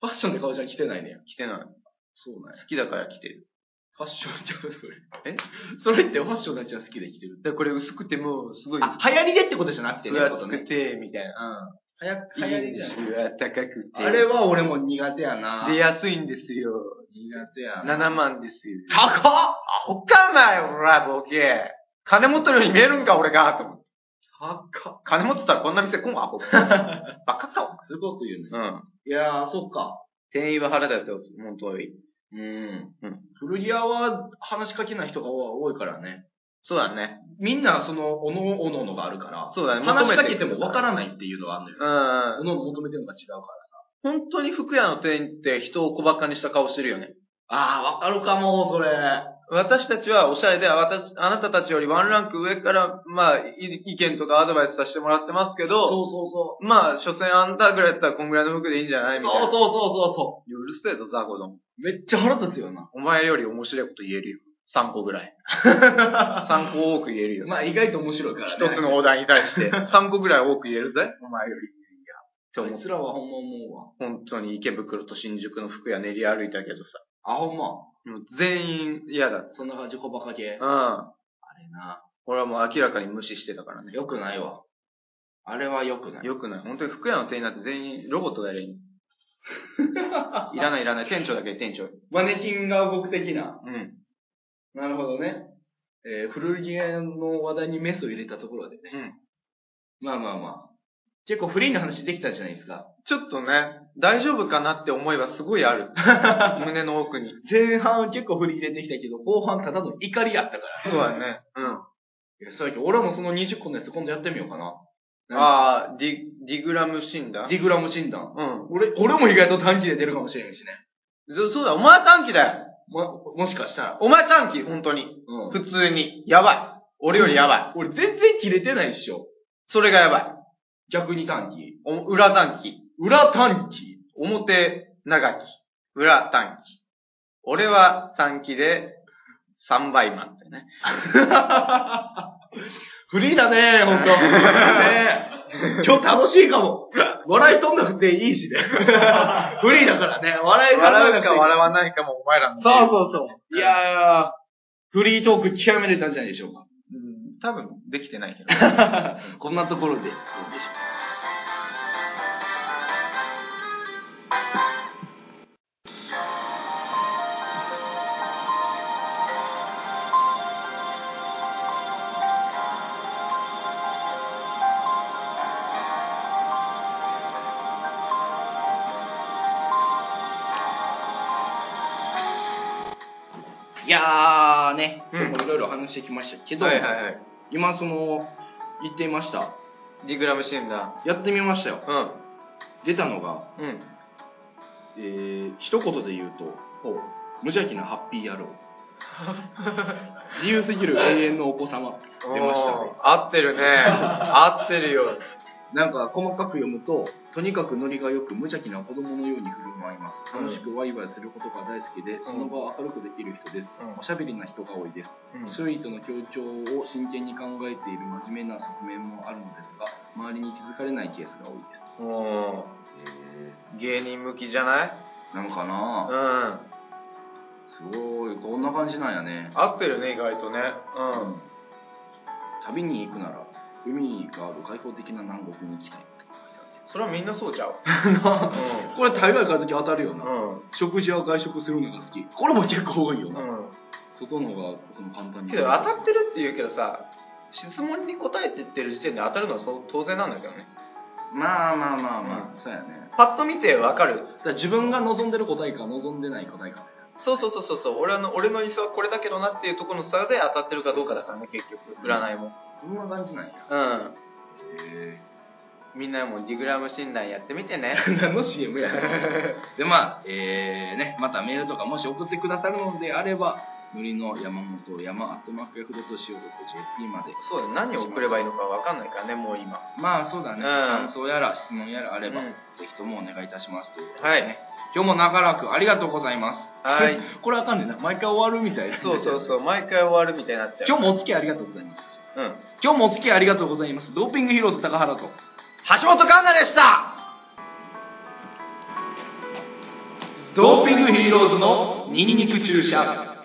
Speaker 1: ファッションで顔じゃ着てないね。
Speaker 2: 着てない。好
Speaker 1: そうなんや。
Speaker 2: きだから着てる。
Speaker 1: ファッションちゃう、それ。
Speaker 2: え
Speaker 1: それってファッションのやつが好きで着てる。
Speaker 2: で、これ薄くてもう、すごい、
Speaker 1: あ、流行りでってことじゃなくてね。
Speaker 2: 分厚
Speaker 1: ことね
Speaker 2: くて、みたいな。
Speaker 1: 流行流行りじゃない。
Speaker 2: は高くて。
Speaker 1: あれは俺も苦手やな。
Speaker 2: で、安いんですよ。
Speaker 1: 苦手やな。
Speaker 2: 7万ですよ。
Speaker 1: 高っ
Speaker 2: アホかなよ、ほら、ボケ。金持ってるように見えるんか、俺が、と思って。
Speaker 1: 高っ。
Speaker 2: 金持ってたらこんな店来んわ、アホ。バカか、
Speaker 1: すごく言うね
Speaker 2: お。前。うん。
Speaker 1: いやー、そっか。
Speaker 2: 店員は腹立つよ、本当に。
Speaker 1: うん
Speaker 2: うん。
Speaker 1: 古着屋は話しかけない人が多いからね。
Speaker 2: そうだね。
Speaker 1: みんなその、おのおののがあるから、
Speaker 2: そうだね。
Speaker 1: 話しかけてもわから
Speaker 2: ん。
Speaker 1: ないっていうのはあるのよ。
Speaker 2: うん
Speaker 1: お。のおの求めてるのが違うから。
Speaker 2: 本当に服屋の店員って人を小馬鹿にした顔してるよね。
Speaker 1: あー、わかるかも、それ。
Speaker 2: 私たちはおしゃれで、あわたあなたたちよりワンランク上から、まあ、い意見とかアドバイスさせてもらってますけ
Speaker 1: そう
Speaker 2: ど、
Speaker 1: そうそ。
Speaker 2: まあ、所詮あんたぐらいやったらこんぐらいの服でいいんじゃないうみ
Speaker 1: そう
Speaker 2: たい
Speaker 1: そ
Speaker 2: な。
Speaker 1: うそうそう
Speaker 2: うるせえぞ、ザコども。
Speaker 1: そう。めっちゃ腹立つよな。
Speaker 2: お前より面白いこと言えるよ。3個ぐ らい。3個多く言えるよ。
Speaker 1: まあ意外と面白いからね。
Speaker 2: 一つのお題に対して3個ぐらい多く言える ぜ。お前より。って
Speaker 1: あ
Speaker 2: 思っ
Speaker 1: い
Speaker 2: て
Speaker 1: つらはほんま思
Speaker 2: 本当に池袋と新宿の服屋練り歩いたけどさ。
Speaker 1: うわ。あ、ほんま。
Speaker 2: もう全員嫌だった。
Speaker 1: そんな感じ、小バカ系。あ
Speaker 2: うん。
Speaker 1: れな。
Speaker 2: 俺はもう明らかに無視してたからね。
Speaker 1: よくないわ。あれはよくない。
Speaker 2: よくない。本当に服屋の店員なんて全員ロボットがやれん。い らないいらない。店長だけ、店長。
Speaker 1: マネキンが動く的な。
Speaker 2: うん。
Speaker 1: なるほどね。えー古着屋の話題にメスを入れたところでね。
Speaker 2: うん
Speaker 1: まあまあまあ。結構フリーの話できたじゃないですか。
Speaker 2: ちょっとね、大丈夫かなって思いはすごいあ る。胸の奥に。
Speaker 1: 前半結構振り入れてきたけど、後半ただの怒りやったから。
Speaker 2: そうだね。うん。
Speaker 1: いや、そうやけど俺もその20個のやつ今度やってみようかな。
Speaker 2: ああ、ディ、ディグラム診断
Speaker 1: ディグラム診断。
Speaker 2: うん。
Speaker 1: 俺、俺も意外と短期で出るかもしれんしね。
Speaker 2: そそうだ、お前は短期だよ。
Speaker 1: も、もしかしたら。
Speaker 2: お前短期、本当に。
Speaker 1: うん。
Speaker 2: 普通に。やばい。俺よりやばい。
Speaker 1: 俺全然切れてないっしょ。
Speaker 2: それがやばい。
Speaker 1: 逆に短期。
Speaker 2: お裏短期。
Speaker 1: 裏短期。
Speaker 2: 表長期。裏短期。俺は短期で3倍満ってね。
Speaker 1: フリーだね ほんと。ね今日楽しいかも。笑い取んなくていいしね。フリーだからね。笑い取らな
Speaker 2: 笑
Speaker 1: く
Speaker 2: う
Speaker 1: て
Speaker 2: か
Speaker 1: いい。
Speaker 2: 笑わないかもお前らの。
Speaker 1: そうそうそう。いやー、フリートーク極めれたんじゃないでしょうか。
Speaker 2: うん。多分できてないけど。
Speaker 1: こんなところで、どうでしょう。いやーね、
Speaker 2: うん
Speaker 1: 今日もいろいろ話してきましたけど、
Speaker 2: はいはいはい。
Speaker 1: 今その言っていました
Speaker 2: ディグラム診断。
Speaker 1: やってみましたよ
Speaker 2: うん。
Speaker 1: 出たのが、
Speaker 2: うん。
Speaker 1: えー、一言で言うと無邪気なハッピ ー野郎自由すぎる永遠のお子様出ましたね
Speaker 2: おー合って るね。合ってるよ。
Speaker 1: なんか細かく読むととにかくノリがよく無邪気な子供のように振る舞います
Speaker 2: うん
Speaker 1: 楽しくワイワイすることが大好きでその場を明るくできる人です、
Speaker 2: うん
Speaker 1: おしゃべりな人が多いです
Speaker 2: うん
Speaker 1: 周囲との協調を真剣に考えている真面目な側面もあるのですが周りに気づかれないケースが多いで
Speaker 2: うん。芸人向きじゃない
Speaker 1: す。なんかな
Speaker 2: うん。
Speaker 1: すごい、こんな感じなんやね。
Speaker 2: 合ってるね、意外とね。うん。
Speaker 1: 旅に行くなら、海がある開放的な南国に行きたい。
Speaker 2: それはみんなそう ちゃう。
Speaker 1: これ海外買うとき当たるよな。
Speaker 2: うん。
Speaker 1: 食事は外食するのが好き。これも結構多いよな。
Speaker 2: う
Speaker 1: 外の方がその簡単
Speaker 2: ん。
Speaker 1: に。
Speaker 2: けど当たってるって言うけどさ、質問に答えてってる時点で当たるのはそう当然なんだけどね。
Speaker 1: まあまあまあまあ、そうやね。
Speaker 2: パッと見てわかる。
Speaker 1: だから自分が望んでる答えか望んでない答えか。
Speaker 2: そうそうそうそうそう。俺の俺の理想はこれだけどなっていうところの差で当たってるかどうかだからね、結局。占いも。
Speaker 1: こんな感じなんや。
Speaker 2: うん。
Speaker 1: へ
Speaker 2: みんなもディグラム診断やってみてね。
Speaker 1: え。何の CM や。で、まあ、えー、ね、またメールとかもし送ってくださるのであれば、のりの山本山アットマークヤフドット CO.jp まで。
Speaker 2: そうだね、何を送ればいいのかわかんないからね、もう今。
Speaker 1: まあ、そうだね。
Speaker 2: うん
Speaker 1: 感想やら質問やらあれば、
Speaker 2: うん
Speaker 1: ぜひともお願いいたしますということで
Speaker 2: はい
Speaker 1: ね。今日も長らくありがとうございます。
Speaker 2: はい。
Speaker 1: これあかんねんな。毎回終わるみたいな。
Speaker 2: そうそうそう、毎回終わるみたいになっちゃう。
Speaker 1: 今日もお付き合いありがとうございます。
Speaker 2: うん。
Speaker 1: 今日もお付き合いありがとうございます。ドーピングヒーローズ高原と。
Speaker 2: 橋本環奈でした
Speaker 1: ドーピングヒーローズのニンニク注射。